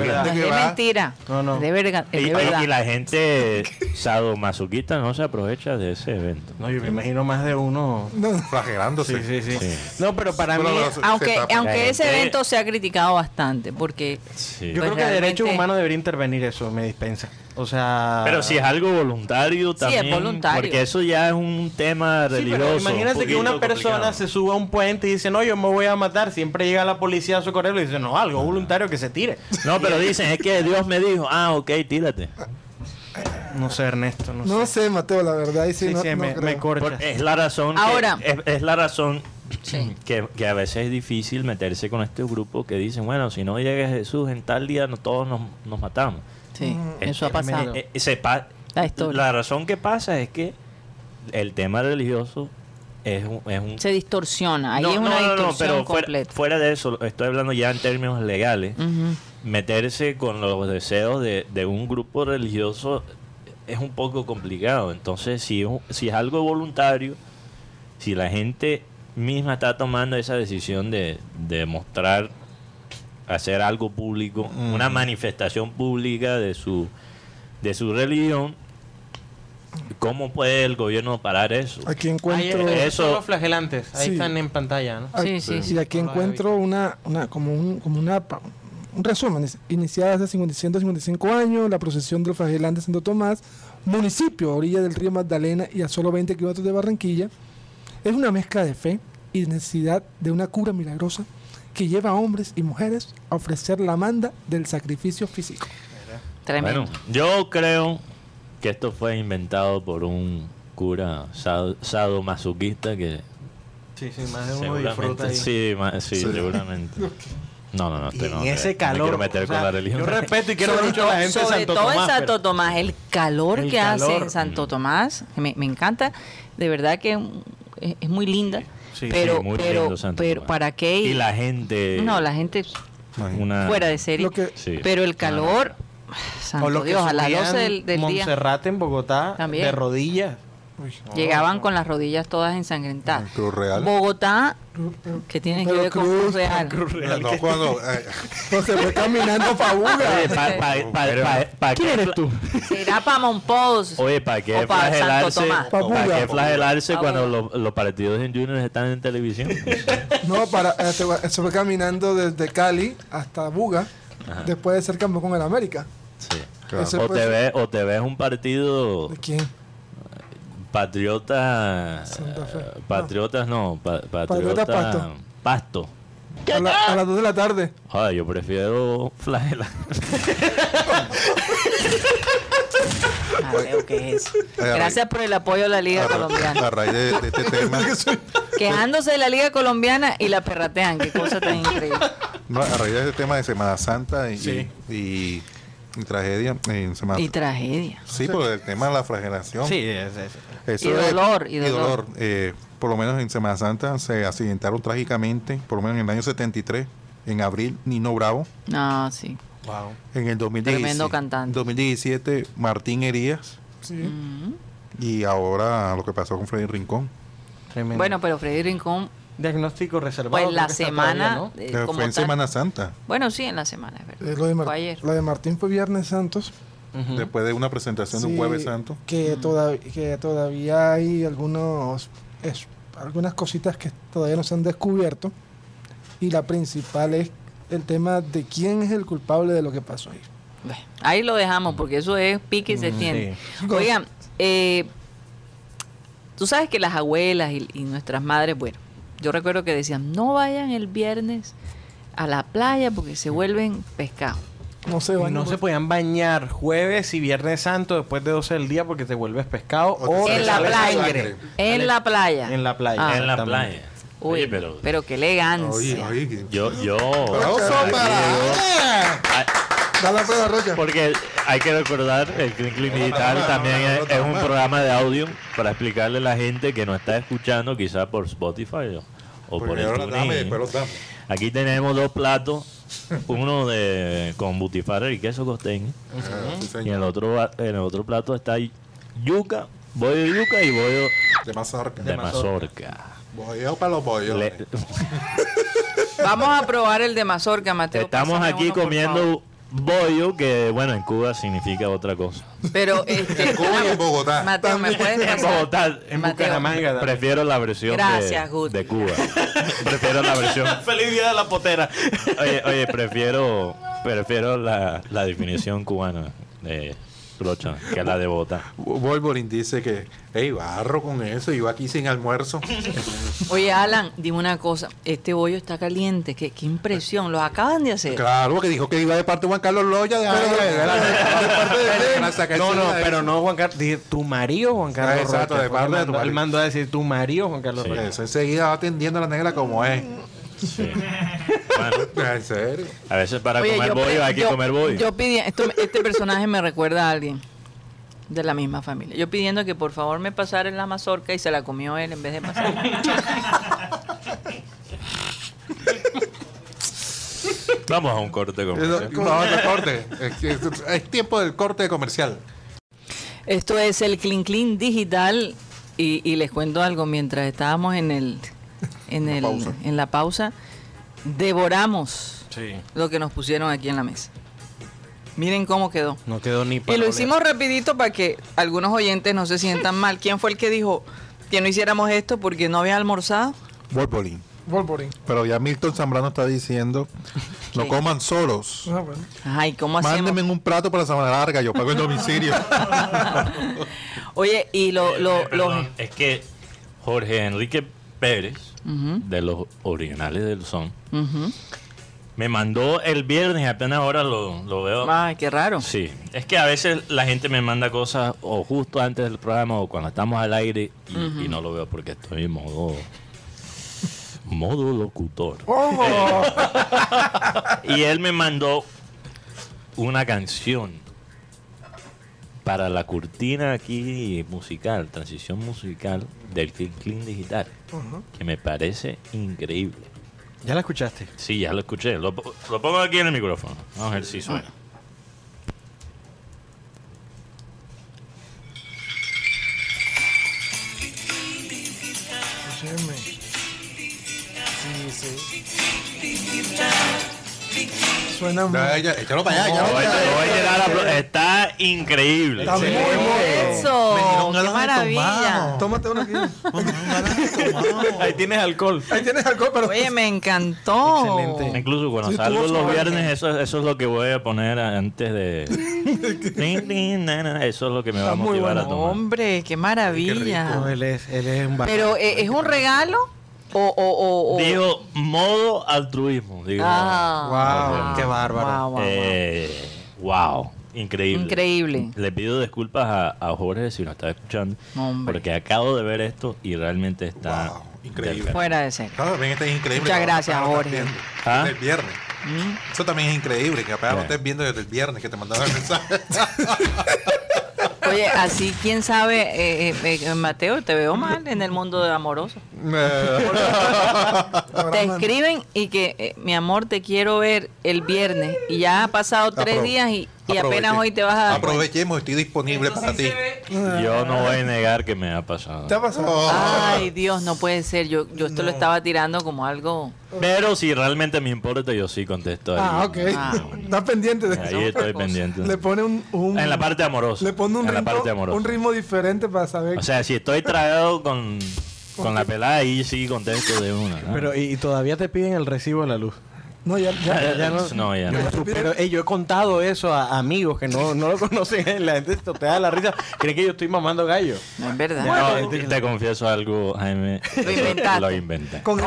[SPEAKER 2] verdad.
[SPEAKER 4] Ah,
[SPEAKER 2] No
[SPEAKER 4] gente
[SPEAKER 2] es
[SPEAKER 4] que
[SPEAKER 2] de
[SPEAKER 4] va-
[SPEAKER 2] mentira.
[SPEAKER 5] No, no.
[SPEAKER 2] De verga- Eh, es
[SPEAKER 3] Y,
[SPEAKER 2] de
[SPEAKER 3] y-
[SPEAKER 2] verdad.
[SPEAKER 3] y la gente sadomasoquista no se aprovecha de ese evento.
[SPEAKER 5] No, yo me imagino más de uno.
[SPEAKER 4] Flagelándose.
[SPEAKER 5] Sí, sí, sí.
[SPEAKER 3] Sí.
[SPEAKER 5] No, pero para
[SPEAKER 4] Solo
[SPEAKER 5] mí.
[SPEAKER 4] los-
[SPEAKER 2] Aunque,
[SPEAKER 4] se tapa.
[SPEAKER 3] La
[SPEAKER 2] aunque ese
[SPEAKER 3] gente-
[SPEAKER 2] evento se ha criticado bastante, porque
[SPEAKER 3] Sí.
[SPEAKER 5] Yo
[SPEAKER 2] Pues
[SPEAKER 5] creo que derechos
[SPEAKER 2] realmente-
[SPEAKER 5] humanos debería intervenir eso, me dispensa. O sea.
[SPEAKER 3] Pero si es algo voluntario
[SPEAKER 2] Sí, es
[SPEAKER 3] también.
[SPEAKER 2] voluntario.
[SPEAKER 3] Porque eso ya es un tema
[SPEAKER 5] Sí,
[SPEAKER 3] religioso.
[SPEAKER 5] pero
[SPEAKER 3] un
[SPEAKER 5] imagínate que una
[SPEAKER 3] poquito
[SPEAKER 5] persona
[SPEAKER 3] complicado.
[SPEAKER 5] se suba a un puente y dice, no, yo me voy a matar. Siempre llega la policía a socorrerlo y dice, no, algo voluntario que se tire.
[SPEAKER 3] No, pero dicen, es que Dios me dijo, ah, ok, tírate.
[SPEAKER 5] No sé, Ernesto, no,
[SPEAKER 6] No
[SPEAKER 5] sé.
[SPEAKER 6] sé, Mateo, la verdad. ahí sí,
[SPEAKER 5] Sí,
[SPEAKER 6] no,
[SPEAKER 5] sí,
[SPEAKER 6] no
[SPEAKER 5] me,
[SPEAKER 6] creo.
[SPEAKER 5] me corchas.
[SPEAKER 3] Por-
[SPEAKER 2] eh,
[SPEAKER 3] es la razón. que-
[SPEAKER 2] Ahora.
[SPEAKER 3] es, es la razón
[SPEAKER 2] Sí.
[SPEAKER 3] que, que a veces es difícil meterse con este grupo que dicen, bueno, si no llega Jesús en tal día, no, todos nos, nos matamos.
[SPEAKER 2] sí,
[SPEAKER 3] Es-
[SPEAKER 2] eso ha
[SPEAKER 3] es-
[SPEAKER 2] pasado.
[SPEAKER 3] eh, eh, se pa-
[SPEAKER 2] La historia.
[SPEAKER 3] la razón que pasa es que el tema religioso es un, es un
[SPEAKER 2] se distorsiona. Ahí
[SPEAKER 3] No,
[SPEAKER 2] es
[SPEAKER 3] no,
[SPEAKER 2] una
[SPEAKER 3] no, no,
[SPEAKER 2] distorsión
[SPEAKER 3] pero fuera-
[SPEAKER 2] completa.
[SPEAKER 3] Fuera, de eso, estoy hablando ya en términos legales.
[SPEAKER 2] Ujú.
[SPEAKER 3] Meterse con los deseos de, de un grupo religioso es un poco complicado. Entonces, si es, un- si es algo voluntario, si la gente misma está tomando esa decisión de, de mostrar, hacer algo público, una manifestación pública de su, de su religión, ¿cómo puede el gobierno parar eso?
[SPEAKER 6] Aquí
[SPEAKER 5] Ahí
[SPEAKER 6] encuentro.
[SPEAKER 5] está,
[SPEAKER 3] Eso-
[SPEAKER 5] son los flagelantes. Ahí
[SPEAKER 6] Sí.
[SPEAKER 5] están en pantalla, ¿no?
[SPEAKER 6] Ah,
[SPEAKER 2] Sí, sí, sí.
[SPEAKER 6] Y aquí encuentro una, una, como un, como una, pa- un resumen. Dice, Iniciada hace 50 155 años, la procesión del flagelante Santo Tomás, municipio a orilla del río Magdalena y a solo 20 kilómetros de Barranquilla, es una mezcla de fe y necesidad de una cura milagrosa que lleva a hombres y mujeres a ofrecer la manda del sacrificio físico.
[SPEAKER 2] Tremendo.
[SPEAKER 3] Bueno, yo creo que esto fue inventado por un cura sad- sadomasoquista que
[SPEAKER 5] Sí, sí, más de uno
[SPEAKER 3] seguramente
[SPEAKER 5] disfruta ahí.
[SPEAKER 3] sí, ma- sí, seguramente. No, no, no,
[SPEAKER 5] Y
[SPEAKER 3] te- no,
[SPEAKER 5] en
[SPEAKER 3] te-
[SPEAKER 5] ese
[SPEAKER 3] me quiero
[SPEAKER 5] calor.
[SPEAKER 3] meter
[SPEAKER 5] o sea,
[SPEAKER 3] con la religión.
[SPEAKER 5] Yo respeto y quiero
[SPEAKER 2] sobre
[SPEAKER 5] mucho
[SPEAKER 2] to-
[SPEAKER 5] a la gente de
[SPEAKER 2] sobre
[SPEAKER 5] Santo
[SPEAKER 2] todo
[SPEAKER 5] Tomás.
[SPEAKER 2] en Santo
[SPEAKER 5] pero-
[SPEAKER 2] Tomás, el calor
[SPEAKER 5] El
[SPEAKER 2] que hace
[SPEAKER 5] calor. Mm.
[SPEAKER 2] en Santo Tomás, que me, me encanta, de verdad que mm, es, es muy linda,
[SPEAKER 5] Sí,
[SPEAKER 2] pero,
[SPEAKER 3] Sí, muy
[SPEAKER 2] pero,
[SPEAKER 3] lindo Santo
[SPEAKER 2] pero
[SPEAKER 3] Tomás.
[SPEAKER 2] ¿para qué?
[SPEAKER 3] Y la
[SPEAKER 5] eh,
[SPEAKER 3] gente
[SPEAKER 2] no, la gente
[SPEAKER 5] ah,
[SPEAKER 3] una-
[SPEAKER 2] fuera de serie,
[SPEAKER 6] Lo que-
[SPEAKER 3] Sí.
[SPEAKER 2] pero el calor, santo
[SPEAKER 5] O lo que
[SPEAKER 2] Dios, a las
[SPEAKER 5] subían
[SPEAKER 2] 12 del, del día
[SPEAKER 5] Montserrat en Bogotá,
[SPEAKER 2] También.
[SPEAKER 5] de rodillas.
[SPEAKER 2] llegaban con las rodillas todas ensangrentadas.
[SPEAKER 4] Cruz Real.
[SPEAKER 2] Bogotá, que tiene que
[SPEAKER 6] Pero
[SPEAKER 2] ver con
[SPEAKER 6] Cruz-
[SPEAKER 2] Cruz Real.
[SPEAKER 4] No, cuando, eh,
[SPEAKER 6] No se fue caminando pa' Buga.
[SPEAKER 3] Oye, pa- pa- pa- pa- pa- qué fla-
[SPEAKER 2] Será para Monpós.
[SPEAKER 3] Oye, ¿para qué
[SPEAKER 2] O pa' Santo
[SPEAKER 3] flagelarse?
[SPEAKER 2] Tomás.
[SPEAKER 6] Pa'
[SPEAKER 3] ¿Para
[SPEAKER 6] Buda.
[SPEAKER 3] qué flagelarse
[SPEAKER 2] Pa'
[SPEAKER 3] cuando
[SPEAKER 2] Buda.
[SPEAKER 3] los, los partidos en juniors están en televisión?
[SPEAKER 6] No, para, eh, se fue- se fue caminando desde Cali hasta Buga, después de ser campeón con el América.
[SPEAKER 3] Sí.
[SPEAKER 4] Claro.
[SPEAKER 6] Ese
[SPEAKER 3] O
[SPEAKER 6] fue-
[SPEAKER 3] te ves, o te ves un partido
[SPEAKER 6] ¿De quién?
[SPEAKER 3] Patriota.
[SPEAKER 6] Santa Fe.
[SPEAKER 3] eh, Patriotas no, pa- patriota,
[SPEAKER 6] Patriota Pasto.
[SPEAKER 3] Pasto.
[SPEAKER 6] A, la- a las 2 de la tarde.
[SPEAKER 3] Ah, yo prefiero flagela.
[SPEAKER 2] Mateo, ¿qué Ah, es eso?
[SPEAKER 4] a raíz-
[SPEAKER 2] Gracias por el apoyo a la Liga
[SPEAKER 4] a ra-
[SPEAKER 2] Colombiana.
[SPEAKER 4] a raíz de, de este tema,
[SPEAKER 2] Quejándose de la Liga Colombiana y la perratean. Qué cosa tan increíble.
[SPEAKER 4] no, a raíz de este tema de Semana Santa y,
[SPEAKER 5] Sí.
[SPEAKER 4] y- y tragedia en Semana
[SPEAKER 2] Y tragedia.
[SPEAKER 4] Sí, por el tema de la flagelación.
[SPEAKER 5] Sí, es, es-
[SPEAKER 4] Eso
[SPEAKER 2] Y
[SPEAKER 4] es-
[SPEAKER 2] dolor, y dolor.
[SPEAKER 4] Eh, por lo menos en Semana Santa se accidentaron trágicamente, por lo menos en el año 73, en abril, Nino Bravo.
[SPEAKER 2] No, sí.
[SPEAKER 5] Wow.
[SPEAKER 4] En el 2017,
[SPEAKER 2] Tremendo cantante.
[SPEAKER 4] 2017, Martín Herías.
[SPEAKER 6] Mm.
[SPEAKER 4] Y ahora lo que pasó con Freddy Rincón.
[SPEAKER 5] Tremendo.
[SPEAKER 2] Bueno, pero Freddy Rincón,
[SPEAKER 5] diagnóstico reservado.
[SPEAKER 2] pues
[SPEAKER 5] creo
[SPEAKER 2] la
[SPEAKER 5] que está
[SPEAKER 2] semana.
[SPEAKER 5] todavía, ¿no?
[SPEAKER 2] eh,
[SPEAKER 4] Que
[SPEAKER 2] como
[SPEAKER 4] fue en
[SPEAKER 2] tal-
[SPEAKER 4] Semana Santa.
[SPEAKER 2] Bueno, sí, en la semana, es
[SPEAKER 6] Eh,
[SPEAKER 2] verdad.
[SPEAKER 6] lo, de Mar-
[SPEAKER 2] Fue ayer.
[SPEAKER 6] lo de Martín fue Viernes Santos.
[SPEAKER 4] Después de una presentación de
[SPEAKER 6] Sí,
[SPEAKER 4] un Jueves Santo.
[SPEAKER 6] Que,
[SPEAKER 5] Mm.
[SPEAKER 6] todav- que todavía hay algunos es- algunas cositas que todavía no se han descubierto. Y la principal es el tema de quién es el culpable de lo que pasó ahí.
[SPEAKER 2] Bueno, ahí lo dejamos porque eso es pique y se extiende.
[SPEAKER 6] sí.
[SPEAKER 2] Oigan, eh, tú sabes que las abuelas y, y nuestras madres, bueno, yo recuerdo que decían, no vayan el viernes a la playa porque se vuelven pescados.
[SPEAKER 6] No se
[SPEAKER 5] Y
[SPEAKER 6] bañan
[SPEAKER 5] No
[SPEAKER 6] por-
[SPEAKER 5] se podían bañar jueves y viernes santo después de 12 del día porque te vuelves pescado
[SPEAKER 4] O
[SPEAKER 5] o
[SPEAKER 4] te
[SPEAKER 5] te
[SPEAKER 2] En la
[SPEAKER 5] Oh, sale
[SPEAKER 2] playa.
[SPEAKER 5] sangre.
[SPEAKER 2] En la playa.
[SPEAKER 5] En la
[SPEAKER 2] Ah,
[SPEAKER 5] playa.
[SPEAKER 3] en la
[SPEAKER 5] exactamente.
[SPEAKER 3] playa.
[SPEAKER 2] Uy,
[SPEAKER 3] Oye,
[SPEAKER 2] pero,
[SPEAKER 3] pero,
[SPEAKER 2] qué elegancia.
[SPEAKER 4] oye.
[SPEAKER 3] yo, yo.
[SPEAKER 4] Aplauso
[SPEAKER 3] Aquí
[SPEAKER 4] para-
[SPEAKER 3] digo-
[SPEAKER 4] pues,
[SPEAKER 3] Ah,
[SPEAKER 6] Da la prueba, Rocha.
[SPEAKER 3] Porque hay que recordar, el Clean Clean Digital también es, es un programa de audio para explicarle a la gente que no está escuchando, quizás por Spotify o, o por
[SPEAKER 4] Primero
[SPEAKER 3] el
[SPEAKER 4] la Pues dame,
[SPEAKER 3] TuneIn.
[SPEAKER 4] después los damos.
[SPEAKER 3] Aquí tenemos dos platos, uno de con butifarra y queso costeño.
[SPEAKER 4] Ah, sí,
[SPEAKER 3] Y en el
[SPEAKER 4] señor.
[SPEAKER 3] otro, va- en el otro plato está yuca, bollo de yuca y bollo
[SPEAKER 4] De mazorca.
[SPEAKER 3] de mazorca.
[SPEAKER 4] Bolleo para los bollos.
[SPEAKER 3] Le-
[SPEAKER 2] Vamos a probar el de mazorca, Mateo.
[SPEAKER 3] estamos
[SPEAKER 2] Pásame
[SPEAKER 3] aquí
[SPEAKER 2] uno, por favor.
[SPEAKER 3] comiendo Bollo, que bueno, en Cuba significa otra cosa.
[SPEAKER 2] Pero este,
[SPEAKER 4] Cuba y en Bogotá.
[SPEAKER 2] Mateo, ¿me puedes
[SPEAKER 3] En
[SPEAKER 2] pasar?
[SPEAKER 3] Bogotá, en
[SPEAKER 2] Mateo.
[SPEAKER 5] Bucaramanga.
[SPEAKER 3] Prefiero la versión de-
[SPEAKER 2] Gracias, Guti.
[SPEAKER 3] de, Cuba. prefiero la versión.
[SPEAKER 5] Feliz día de la potera.
[SPEAKER 3] Oye, oye, prefiero, prefiero la, la definición cubana de Rocha que la de Bogotá.
[SPEAKER 4] Wolverine dice que, hey, barro con eso, yo aquí sin almuerzo.
[SPEAKER 2] Oye, Alan, dime una cosa. Este bollo está caliente. Qué, qué impresión. Lo acaban de hacer.
[SPEAKER 4] claro, que dijo que iba de parte de Juan Carlos Loya. De,
[SPEAKER 5] No, no, pero no Juan Carlos. Dije, tu marido, Juan Carlos.
[SPEAKER 4] Ah, exacto,
[SPEAKER 5] Rocha,
[SPEAKER 4] de
[SPEAKER 5] porque
[SPEAKER 4] parte de
[SPEAKER 5] mandó-
[SPEAKER 4] tu marido.
[SPEAKER 5] Él mandó a decir tu marido, Juan Carlos.
[SPEAKER 3] Sí.
[SPEAKER 5] Rocha.
[SPEAKER 4] Eso enseguida va atendiendo a la negra como es.
[SPEAKER 3] Sí. Bueno,
[SPEAKER 4] En serio.
[SPEAKER 3] a veces para
[SPEAKER 2] Oye,
[SPEAKER 3] comer
[SPEAKER 2] yo
[SPEAKER 3] bollo
[SPEAKER 2] pre-
[SPEAKER 3] hay que
[SPEAKER 2] yo-
[SPEAKER 3] comer bollo.
[SPEAKER 2] Yo pidi- esto- este personaje me recuerda a alguien de la misma familia. Yo pidiendo que por favor me pasaran la mazorca y se la comió él en vez de pasar.
[SPEAKER 3] Vamos a un corte
[SPEAKER 4] Eso-
[SPEAKER 3] comercial.
[SPEAKER 4] no, no corte. Es, que es- es tiempo del corte comercial.
[SPEAKER 2] Esto es el Clean Clean Digital y, y les cuento algo. Mientras estábamos en el en, el,
[SPEAKER 4] pausa.
[SPEAKER 2] en la pausa, devoramos lo que nos pusieron aquí en la mesa. Miren cómo quedó.
[SPEAKER 5] No quedó ni para
[SPEAKER 2] Y lo
[SPEAKER 5] oler.
[SPEAKER 2] hicimos rapidito para que algunos oyentes no se sientan mal. ¿Quién fue el que dijo que no hiciéramos esto porque no había almorzado?
[SPEAKER 4] Wolverine.
[SPEAKER 6] Wolverine.
[SPEAKER 4] Pero ya Milton Zambrano está diciendo, no
[SPEAKER 2] ¿Qué?
[SPEAKER 4] coman solos.
[SPEAKER 6] Ah, bueno.
[SPEAKER 2] Ay, ¿cómo hacemos?
[SPEAKER 4] Mándenme un plato para Semana Larga, yo pago el domicilio.
[SPEAKER 2] Oye, y lo,
[SPEAKER 3] Eh,
[SPEAKER 2] lo,
[SPEAKER 3] eh,
[SPEAKER 2] lo-
[SPEAKER 3] perdón, es que Jorge Enrique Pérez, de los originales del son,
[SPEAKER 2] Ujú.
[SPEAKER 3] me mandó el viernes, apenas ahora lo, lo veo.
[SPEAKER 2] Ay, qué raro.
[SPEAKER 3] Sí, es que a veces la gente me manda cosas o justo antes del programa o cuando estamos al aire y, y no lo veo porque estoy en modo, modo locutor.
[SPEAKER 6] ¡Ojo!
[SPEAKER 3] Y él me mandó una canción para la cortina aquí musical, transición musical del Clean Clean Digital, que me parece increíble.
[SPEAKER 5] Ya la escuchaste.
[SPEAKER 3] Sí, ya lo escuché. Lo, po- lo pongo aquí en el micrófono. Vamos a ver si suena.
[SPEAKER 6] Óyeme. Sí, sí. Suena muy...
[SPEAKER 4] Ya, ya, échalo para allá, échalo
[SPEAKER 3] Lo voy-
[SPEAKER 4] para allá.
[SPEAKER 3] lo voy a llenar a pl- Está increíble.
[SPEAKER 6] Está muy bueno.
[SPEAKER 4] Me
[SPEAKER 2] Eso,
[SPEAKER 4] dieron
[SPEAKER 2] qué
[SPEAKER 4] ganas de
[SPEAKER 2] maravilla.
[SPEAKER 4] tomar.
[SPEAKER 6] Tómate uno aquí.
[SPEAKER 5] Ahí tienes alcohol.
[SPEAKER 6] Ahí tienes alcohol, pero...
[SPEAKER 4] pues,
[SPEAKER 2] Oye, me encantó.
[SPEAKER 5] Excelente.
[SPEAKER 3] Incluso cuando
[SPEAKER 6] Sí, tuvo
[SPEAKER 3] salgo
[SPEAKER 6] su
[SPEAKER 3] los
[SPEAKER 6] orden.
[SPEAKER 3] viernes, eso, eso es lo que voy a poner a- antes de... Tin, tin, na, na, na. eso es lo que me va a
[SPEAKER 6] Está muy
[SPEAKER 3] motivar
[SPEAKER 6] bueno.
[SPEAKER 3] a tomar.
[SPEAKER 2] Hombre, qué
[SPEAKER 5] No,
[SPEAKER 2] maravilla.
[SPEAKER 5] él es, él es un bacán.
[SPEAKER 2] Pero, ¿eh, ¿es un regalo? ¿O, o, o, o-
[SPEAKER 3] Digo, modo altruismo. Digo,
[SPEAKER 2] Oh. Ah,
[SPEAKER 5] Wow, qué bárbaro.
[SPEAKER 2] guau, guau, guau.
[SPEAKER 3] Eh, wow. Increíble.
[SPEAKER 2] Increíble.
[SPEAKER 3] Le pido disculpas a, a Jorge si nos está escuchando.
[SPEAKER 2] Hombre.
[SPEAKER 3] Porque acabo de ver esto y realmente está.
[SPEAKER 4] Wow, increíble.
[SPEAKER 3] del-
[SPEAKER 2] Fuera de serie.
[SPEAKER 4] Claro, también está increíble.
[SPEAKER 2] Muchas
[SPEAKER 4] que ahora
[SPEAKER 2] gracias,
[SPEAKER 4] lo estás
[SPEAKER 2] Jorge. Mm.
[SPEAKER 4] viendo
[SPEAKER 3] ¿Ah?
[SPEAKER 4] desde El viernes. Eso también es increíble, que apenas lo
[SPEAKER 3] Bien.
[SPEAKER 4] estés viendo desde el viernes que te mandaron el mensaje.
[SPEAKER 2] Oye, así, quién sabe, eh, eh, eh, Mateo, te veo mal en el mundo de amoroso. Te escriben y que, eh, mi amor, te quiero ver el viernes. Y ya ha pasado tres
[SPEAKER 4] Apro-
[SPEAKER 2] días y, y apenas
[SPEAKER 4] aproveche-
[SPEAKER 2] hoy te vas a dar cuenta.
[SPEAKER 4] Aprovechemos, estoy disponible para ti.
[SPEAKER 3] Yo no voy a negar que me ha pasado.
[SPEAKER 6] ¿Te ha pasado?
[SPEAKER 4] Oh.
[SPEAKER 3] Ah,
[SPEAKER 2] Ay, Dios, no puede ser. Yo, yo esto lo estaba tirando como algo.
[SPEAKER 3] Pero si realmente me importa, yo sí contesto. ahí.
[SPEAKER 6] Ah, ok.
[SPEAKER 2] Ah.
[SPEAKER 6] Está pendiente de
[SPEAKER 3] Ahí estoy pendiente.
[SPEAKER 6] Le pone un... un-
[SPEAKER 3] en la parte amorosa.
[SPEAKER 6] Le pone un,
[SPEAKER 3] en la
[SPEAKER 6] ritmo,
[SPEAKER 3] parte amorosa.
[SPEAKER 6] un ritmo diferente para saber...
[SPEAKER 3] O sea, si estoy tragado con, con la pelada, ahí sí contesto de una. ¿no?
[SPEAKER 5] Pero, y, y todavía te piden el recibo de la luz.
[SPEAKER 6] no, ya, ya.
[SPEAKER 5] ya no-
[SPEAKER 3] Eh, No, ya no.
[SPEAKER 5] Pero hey, yo he contado eso a amigos que no, no lo conocen. La gente te da la risa. Creen que yo estoy mamando gallo.
[SPEAKER 2] No es verdad.
[SPEAKER 3] No, te- te confieso algo, Jaime.
[SPEAKER 2] Lo inventaste.
[SPEAKER 3] Lo inventé.
[SPEAKER 6] Con Yo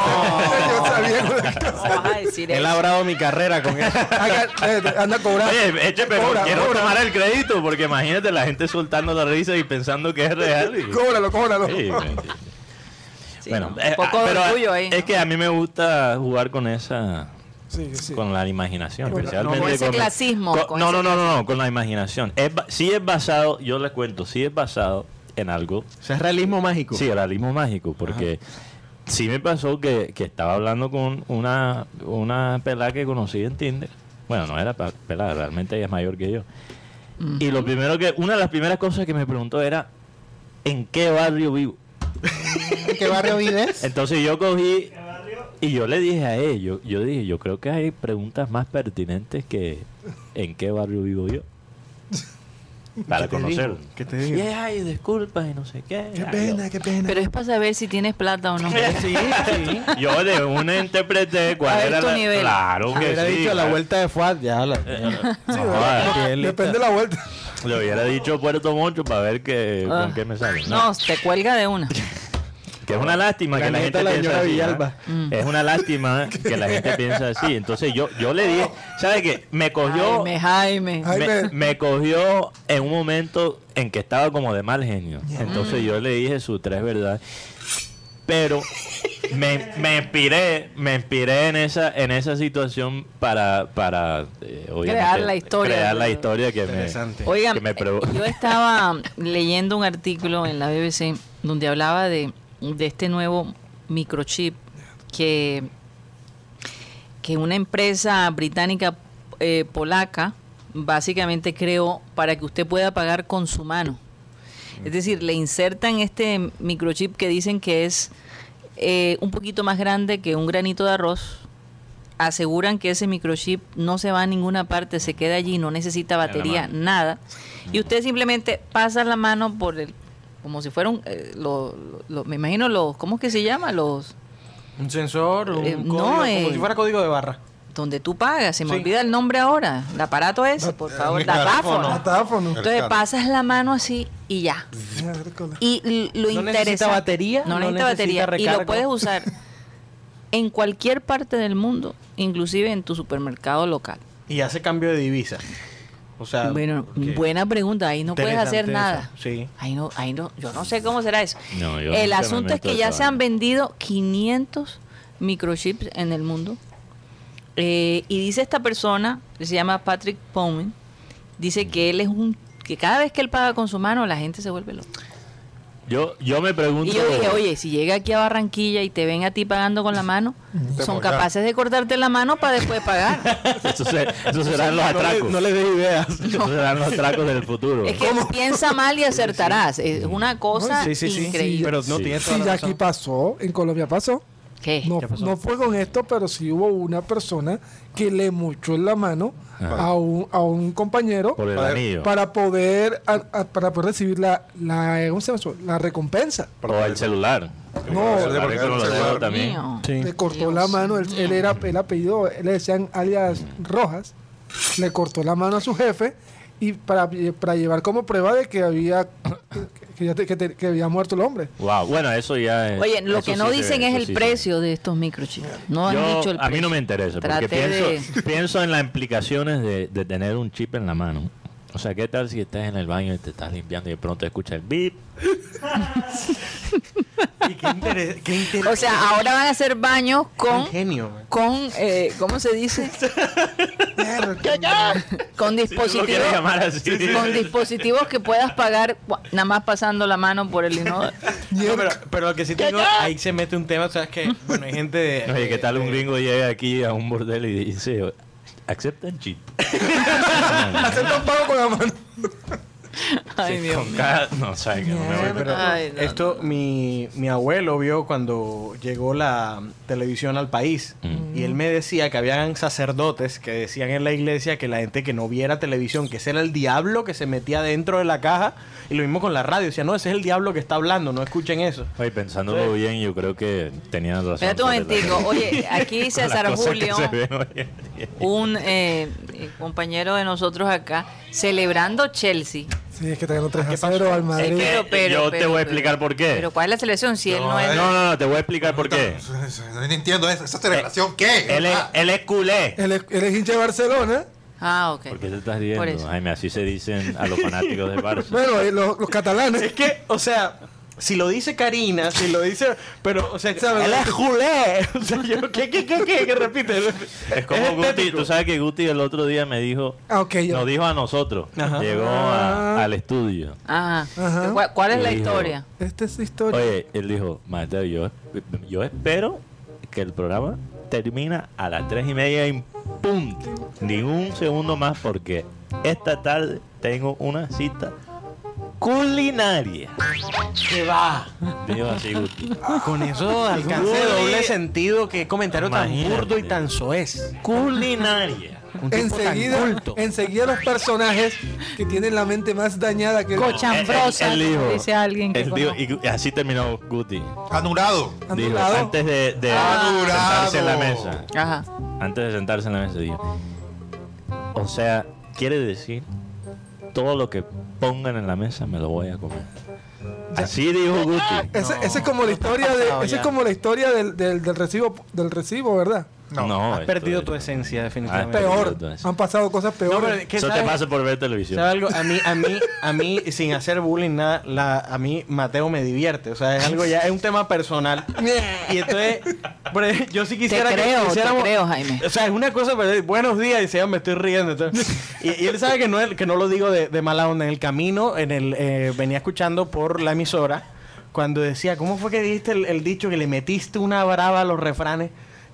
[SPEAKER 6] sabía con la
[SPEAKER 2] No vas a decir
[SPEAKER 5] He
[SPEAKER 2] eso.
[SPEAKER 5] labrado mi carrera con eso.
[SPEAKER 6] Acá, eh, anda a cobrar.
[SPEAKER 3] Oye, eche, pero
[SPEAKER 6] Cobra,
[SPEAKER 3] quiero
[SPEAKER 6] cobra.
[SPEAKER 3] tomar el crédito porque imagínate la gente soltando la risa y pensando que es real. y-
[SPEAKER 6] Cóbralo, cóbralo.
[SPEAKER 3] Sí, mentira.
[SPEAKER 2] Sí,
[SPEAKER 3] bueno,
[SPEAKER 2] no.
[SPEAKER 3] eh,
[SPEAKER 2] un poco
[SPEAKER 3] ah,
[SPEAKER 2] de
[SPEAKER 3] pero,
[SPEAKER 2] orgullo
[SPEAKER 3] ah,
[SPEAKER 2] ahí.
[SPEAKER 3] Es que a mí me gusta jugar con esa,
[SPEAKER 6] Sí, sí.
[SPEAKER 3] con la imaginación,
[SPEAKER 6] Bueno,
[SPEAKER 3] especialmente
[SPEAKER 2] con ese clasismo,
[SPEAKER 3] con-
[SPEAKER 2] con
[SPEAKER 3] no,
[SPEAKER 2] ese
[SPEAKER 3] no, no, no, no, con la imaginación. Es, ba- sí es basado, yo les cuento, sí es basado en algo
[SPEAKER 5] O sea, es realismo mágico.
[SPEAKER 3] Sí, realismo mágico, porque sí me pasó que, que estaba hablando con una, una pelada que conocí en Tinder. Bueno, no era pa- pelada, realmente ella es mayor que yo. Y lo primero que, una de las primeras cosas que me preguntó era, ¿en qué barrio vivo?
[SPEAKER 4] ¿En qué barrio vives?
[SPEAKER 3] Entonces yo cogí Y yo le dije a él, yo, yo dije, yo creo que hay preguntas más pertinentes que en qué barrio vivo yo. Para conocerlo.
[SPEAKER 5] ¿Qué te
[SPEAKER 3] Y
[SPEAKER 5] digo?
[SPEAKER 3] es, ay, disculpas y no sé qué.
[SPEAKER 6] Qué
[SPEAKER 3] Ay,
[SPEAKER 6] pena, qué pena.
[SPEAKER 2] Pero es para saber si tienes plata o no. Sí, sí.
[SPEAKER 3] Yo yo de una interpreté cuál
[SPEAKER 2] A ver
[SPEAKER 3] era
[SPEAKER 2] tu
[SPEAKER 3] la-
[SPEAKER 2] nivel.
[SPEAKER 3] Claro que
[SPEAKER 5] Hubiera
[SPEAKER 3] sí,
[SPEAKER 5] dicho a la
[SPEAKER 3] claro.
[SPEAKER 5] vuelta de Fuad, ya la.
[SPEAKER 3] No, jodas.
[SPEAKER 6] Depende de la vuelta.
[SPEAKER 3] Le hubiera dicho Puerto Moncho para ver que,
[SPEAKER 2] Ah.
[SPEAKER 3] con qué me sale. No,
[SPEAKER 2] No, te cuelga de una.
[SPEAKER 3] que es una lástima
[SPEAKER 5] La
[SPEAKER 3] que la
[SPEAKER 5] neta,
[SPEAKER 3] gente
[SPEAKER 5] la
[SPEAKER 3] piensa
[SPEAKER 5] señora
[SPEAKER 3] así.
[SPEAKER 5] Villalba.
[SPEAKER 3] ¿ah?
[SPEAKER 2] Mm.
[SPEAKER 3] Es una lástima que la gente piensa así. Entonces yo, yo le dije, ¿sabes qué? Me cogió,
[SPEAKER 2] Jaime, Jaime.
[SPEAKER 6] Ay,
[SPEAKER 3] me,
[SPEAKER 6] me-
[SPEAKER 3] me cogió en un momento en que estaba como de mal genio. Entonces yo le dije su tres verdad. Pero me, me inspiré, me inspiré en esa, en esa situación para, para eh, obviamente,
[SPEAKER 2] Crear la historia.
[SPEAKER 3] crear la historia que me-
[SPEAKER 5] Interesante.
[SPEAKER 2] Oigan,
[SPEAKER 3] que me
[SPEAKER 2] eh,
[SPEAKER 3] probó.
[SPEAKER 2] yo estaba leyendo un artículo en la BBC donde hablaba de, de este nuevo microchip que, que una empresa británica eh, polaca básicamente creó para que usted pueda pagar con su mano. Es decir, le insertan este microchip que dicen que es eh, un poquito más grande que un granito de arroz. Aseguran que ese microchip no se va a ninguna parte, se queda allí, no necesita
[SPEAKER 3] la
[SPEAKER 2] batería,
[SPEAKER 3] mano.
[SPEAKER 2] nada. Y usted simplemente pasa la mano por el, como si fueran, eh, lo- lo- me imagino los, ¿cómo es que se llama? Los,
[SPEAKER 5] Un sensor, un
[SPEAKER 2] Eh, no,
[SPEAKER 5] código, como
[SPEAKER 2] eh.
[SPEAKER 5] si fuera código de barra.
[SPEAKER 2] donde tú pagas, se me
[SPEAKER 5] Sí.
[SPEAKER 2] olvida el nombre ahora, el aparato ese, por favor,
[SPEAKER 5] datáfono.
[SPEAKER 2] datáfono.
[SPEAKER 6] Datáfono.
[SPEAKER 2] Entonces pasas la mano así y ya.
[SPEAKER 6] Miércoles.
[SPEAKER 2] Y l- lo
[SPEAKER 5] No
[SPEAKER 2] interesa-
[SPEAKER 5] necesita batería,
[SPEAKER 2] No,
[SPEAKER 5] no
[SPEAKER 2] necesita batería.
[SPEAKER 5] necesita
[SPEAKER 2] Y
[SPEAKER 5] recargo.
[SPEAKER 2] lo puedes usar en cualquier parte del mundo, inclusive en tu supermercado local.
[SPEAKER 5] Y hace cambio de divisa. O sea.
[SPEAKER 2] bueno,
[SPEAKER 5] porque-
[SPEAKER 2] buena pregunta. Ahí no puedes hacer
[SPEAKER 5] Interesante
[SPEAKER 2] nada.
[SPEAKER 5] eso, sí.
[SPEAKER 2] Ahí no, ahí no, yo no sé cómo será eso.
[SPEAKER 3] No, yo nunca
[SPEAKER 2] el
[SPEAKER 3] me
[SPEAKER 2] asunto es
[SPEAKER 3] meto
[SPEAKER 2] que
[SPEAKER 3] en
[SPEAKER 2] ya
[SPEAKER 3] esa
[SPEAKER 2] se han
[SPEAKER 3] vaina.
[SPEAKER 2] vendido 500 microchips en el mundo. Eh, y dice esta persona, que se llama Patrick Powman, dice que él es un que cada vez que él paga con su mano la gente se vuelve loca.
[SPEAKER 3] Yo, yo me pregunto.
[SPEAKER 2] Y yo dije, oye, si llega aquí a Barranquilla y te ven a ti pagando con la mano, son
[SPEAKER 4] molestas.
[SPEAKER 2] capaces de cortarte la mano para después pagar.
[SPEAKER 3] Eso, se- eso serán los atracos.
[SPEAKER 5] No le des ideas.
[SPEAKER 3] Eso serán los atracos del futuro.
[SPEAKER 2] es que piensa mal y acertarás. Es una cosa
[SPEAKER 5] Sí, sí, sí.
[SPEAKER 2] increíble.
[SPEAKER 5] Pero no
[SPEAKER 3] Sí.
[SPEAKER 5] tiene toda
[SPEAKER 6] Sí,
[SPEAKER 5] la
[SPEAKER 6] ya
[SPEAKER 5] razón.
[SPEAKER 6] aquí pasó, en Colombia pasó.
[SPEAKER 2] ¿Qué?
[SPEAKER 6] No,
[SPEAKER 5] ¿Qué pasó?
[SPEAKER 6] no fue con esto, pero sí hubo una persona que le mochó en la mano a un, a un compañero
[SPEAKER 3] Por el
[SPEAKER 4] Para-
[SPEAKER 3] anillo.
[SPEAKER 6] para poder a- a- para poder recibir la la, eh, ¿cómo se llama eso? la recompensa.
[SPEAKER 3] o el celular.
[SPEAKER 6] No,
[SPEAKER 3] el celular,
[SPEAKER 4] porque
[SPEAKER 3] como
[SPEAKER 4] el
[SPEAKER 3] lo
[SPEAKER 4] celular-
[SPEAKER 3] tengo también.
[SPEAKER 2] Mío.
[SPEAKER 6] Le cortó la mano, él, él era el apellido, él le decían alias Rojas, le cortó la mano a su jefe y para, eh, para llevar como prueba de que había que, ya te- que te- que había muerto el hombre.
[SPEAKER 3] Wow. Bueno, eso ya es.
[SPEAKER 2] Oye, lo
[SPEAKER 3] eso
[SPEAKER 2] que
[SPEAKER 3] sí
[SPEAKER 2] no
[SPEAKER 3] se
[SPEAKER 2] dicen
[SPEAKER 3] ve,
[SPEAKER 2] es
[SPEAKER 3] eso
[SPEAKER 2] el
[SPEAKER 3] sí se ve.
[SPEAKER 2] precio de estos microchips. No han
[SPEAKER 3] Yo-
[SPEAKER 2] dicho el
[SPEAKER 3] a
[SPEAKER 2] precio.
[SPEAKER 3] mí no me interesa,
[SPEAKER 2] Traté
[SPEAKER 3] porque pienso, pienso en las implicaciones de, de tener un chip en la mano. O sea, ¿qué tal si estás en el baño y te estás limpiando y de pronto escuchas el bip?
[SPEAKER 5] Y qué interes- qué
[SPEAKER 2] de-
[SPEAKER 5] interes-
[SPEAKER 2] O sea, ahora van a hacer baños con,
[SPEAKER 5] Ingenio, man.
[SPEAKER 2] con eh, ¿cómo se dice? con
[SPEAKER 3] Si tú lo
[SPEAKER 2] dispositivos.
[SPEAKER 3] quieres llamar así.
[SPEAKER 2] con dispositivos que puedas pagar cua- nada más pasando la mano por el inodoro.
[SPEAKER 5] No, pero, pero lo que sí te digo, ahí se mete un tema, ¿sabes que Bueno, hay gente de...
[SPEAKER 3] Oye, ¿qué tal un
[SPEAKER 2] Eh,
[SPEAKER 5] de-
[SPEAKER 3] gringo llega aquí a un bordel y dice, ¿aceptan chip?
[SPEAKER 6] Haciendo un pago con la mano.
[SPEAKER 2] Ay, Dios
[SPEAKER 3] Con cada- No, sabes que no me voy a
[SPEAKER 5] Pero
[SPEAKER 2] Ay, no,
[SPEAKER 5] esto mi, mi abuelo vio cuando llegó la televisión al país
[SPEAKER 3] Mm.
[SPEAKER 5] y él me decía que habían sacerdotes que decían en la iglesia que la gente que no viera televisión, que ese era el diablo que se metía dentro de la caja y lo mismo con la radio, decía, no, ese es el diablo que está hablando, no escuchen eso.
[SPEAKER 3] Oye, pensándolo bien, yo creo que tenía razón.
[SPEAKER 2] Espérate un
[SPEAKER 3] sobre la-
[SPEAKER 2] momentico. Oye, aquí
[SPEAKER 3] con las
[SPEAKER 2] César
[SPEAKER 3] cosas que
[SPEAKER 2] Julio,
[SPEAKER 3] se ven hoy en día.
[SPEAKER 2] un eh, eh, compañero de nosotros acá, celebrando Chelsea.
[SPEAKER 6] Sí, es que te ganó 3 a 0 al
[SPEAKER 2] Eh,
[SPEAKER 6] Madrid.
[SPEAKER 2] pero, pero,
[SPEAKER 3] Yo te
[SPEAKER 2] pero,
[SPEAKER 3] voy
[SPEAKER 2] pero.
[SPEAKER 3] a explicar por qué.
[SPEAKER 2] Pero ¿cuál es la selección si él no es?
[SPEAKER 3] No, no, no, te voy a explicar por qué. Eh,
[SPEAKER 4] No entiendo eso. ¿Esa celebración qué? Ah,
[SPEAKER 3] Él es, eh, él es culé.
[SPEAKER 6] Él es, él es hincha de Barcelona.
[SPEAKER 2] Ah, ok.
[SPEAKER 3] ¿Por qué te estás
[SPEAKER 2] Por
[SPEAKER 3] riendo,
[SPEAKER 2] eso.
[SPEAKER 3] Jaime? Así se dicen a los fanáticos del Barça.
[SPEAKER 6] Bueno, eh, los, los catalanes.
[SPEAKER 5] Es que, o sea, si lo dice Karina, si lo dice, pero, o sea,
[SPEAKER 6] ¿Sabes?
[SPEAKER 5] él es culé. O sea, yo, ¿qué, qué, qué, qué, qué repite?
[SPEAKER 3] Es como Guti,
[SPEAKER 5] estético.
[SPEAKER 3] tú sabes que Guti el otro día me dijo,
[SPEAKER 6] Ah, ok, ya.
[SPEAKER 3] nos dijo a nosotros,
[SPEAKER 5] Ajá.
[SPEAKER 3] llegó a-
[SPEAKER 6] Ah.
[SPEAKER 3] al estudio.
[SPEAKER 2] Ajá.
[SPEAKER 6] Ajá.
[SPEAKER 2] ¿Cuál, cuál es la
[SPEAKER 3] Hijo.
[SPEAKER 2] historia?
[SPEAKER 6] Esta es historia.
[SPEAKER 3] Oye, él dijo, Mateo, yo, yo espero que el programa termina a las tres y media en punto. Ningún segundo más porque esta tarde tengo una cita culinaria.
[SPEAKER 5] ¡Que va!
[SPEAKER 3] Digo así, Guti.
[SPEAKER 5] Con eso alcancé
[SPEAKER 3] Gulli-
[SPEAKER 5] doble sentido. Qué comentario
[SPEAKER 3] Imagínate.
[SPEAKER 5] tan burdo y tan soez.
[SPEAKER 3] Culinaria.
[SPEAKER 5] Un tipo tan
[SPEAKER 6] Enseguida,
[SPEAKER 5] culto.
[SPEAKER 6] enseguida los personajes que tienen la mente más dañada que
[SPEAKER 2] Cochambrosa,
[SPEAKER 3] Él- él- él dijo-
[SPEAKER 2] dice alguien que
[SPEAKER 3] Él dijo-
[SPEAKER 2] conozco.
[SPEAKER 3] y así terminó Guti.
[SPEAKER 4] Anulado.
[SPEAKER 3] Dijo,
[SPEAKER 6] Anulado.
[SPEAKER 3] antes de, de
[SPEAKER 4] Anulado.
[SPEAKER 3] sentarse en la mesa.
[SPEAKER 2] Ajá.
[SPEAKER 3] Antes de sentarse en la mesa, dijo. O sea, quiere decir, todo lo que pongan en la mesa me lo voy a comer. Así dijo Guti.
[SPEAKER 6] Ese- Esa es como la historia de,
[SPEAKER 5] pasado
[SPEAKER 6] esa es
[SPEAKER 5] ya.
[SPEAKER 6] como la historia del, del, del recibo, del recibo, ¿verdad?
[SPEAKER 3] No,
[SPEAKER 5] Has
[SPEAKER 3] esto
[SPEAKER 5] perdido
[SPEAKER 3] es-
[SPEAKER 5] tu esencia,
[SPEAKER 3] Ah,
[SPEAKER 5] definitivamente.
[SPEAKER 6] Peor.
[SPEAKER 3] entonces.
[SPEAKER 6] Han pasado cosas
[SPEAKER 5] No,
[SPEAKER 6] peores.
[SPEAKER 5] pero ¿qué
[SPEAKER 3] Eso te
[SPEAKER 5] sabes?
[SPEAKER 3] pasa por ver televisión.
[SPEAKER 5] ¿Sabes algo? A mí, a mí, a mí, sin hacer bullying, nada, la, a mí Mateo me divierte. O sea, es algo ya, es un tema personal. Y entonces, por ej- yo sí quisiera
[SPEAKER 2] Te
[SPEAKER 5] que
[SPEAKER 2] creo, te
[SPEAKER 5] hiciéramos-
[SPEAKER 2] creo, Jaime.
[SPEAKER 5] O sea, es una cosa, pero buenos días, y dice, "Ah, me estoy riendo. entonces- y, y él sabe que no, es- que no lo digo de, de mala onda. En el camino, en el eh, venía escuchando por la emisora, cuando decía, ¿cómo fue que dijiste el, el dicho que le metiste una brava a los refranes?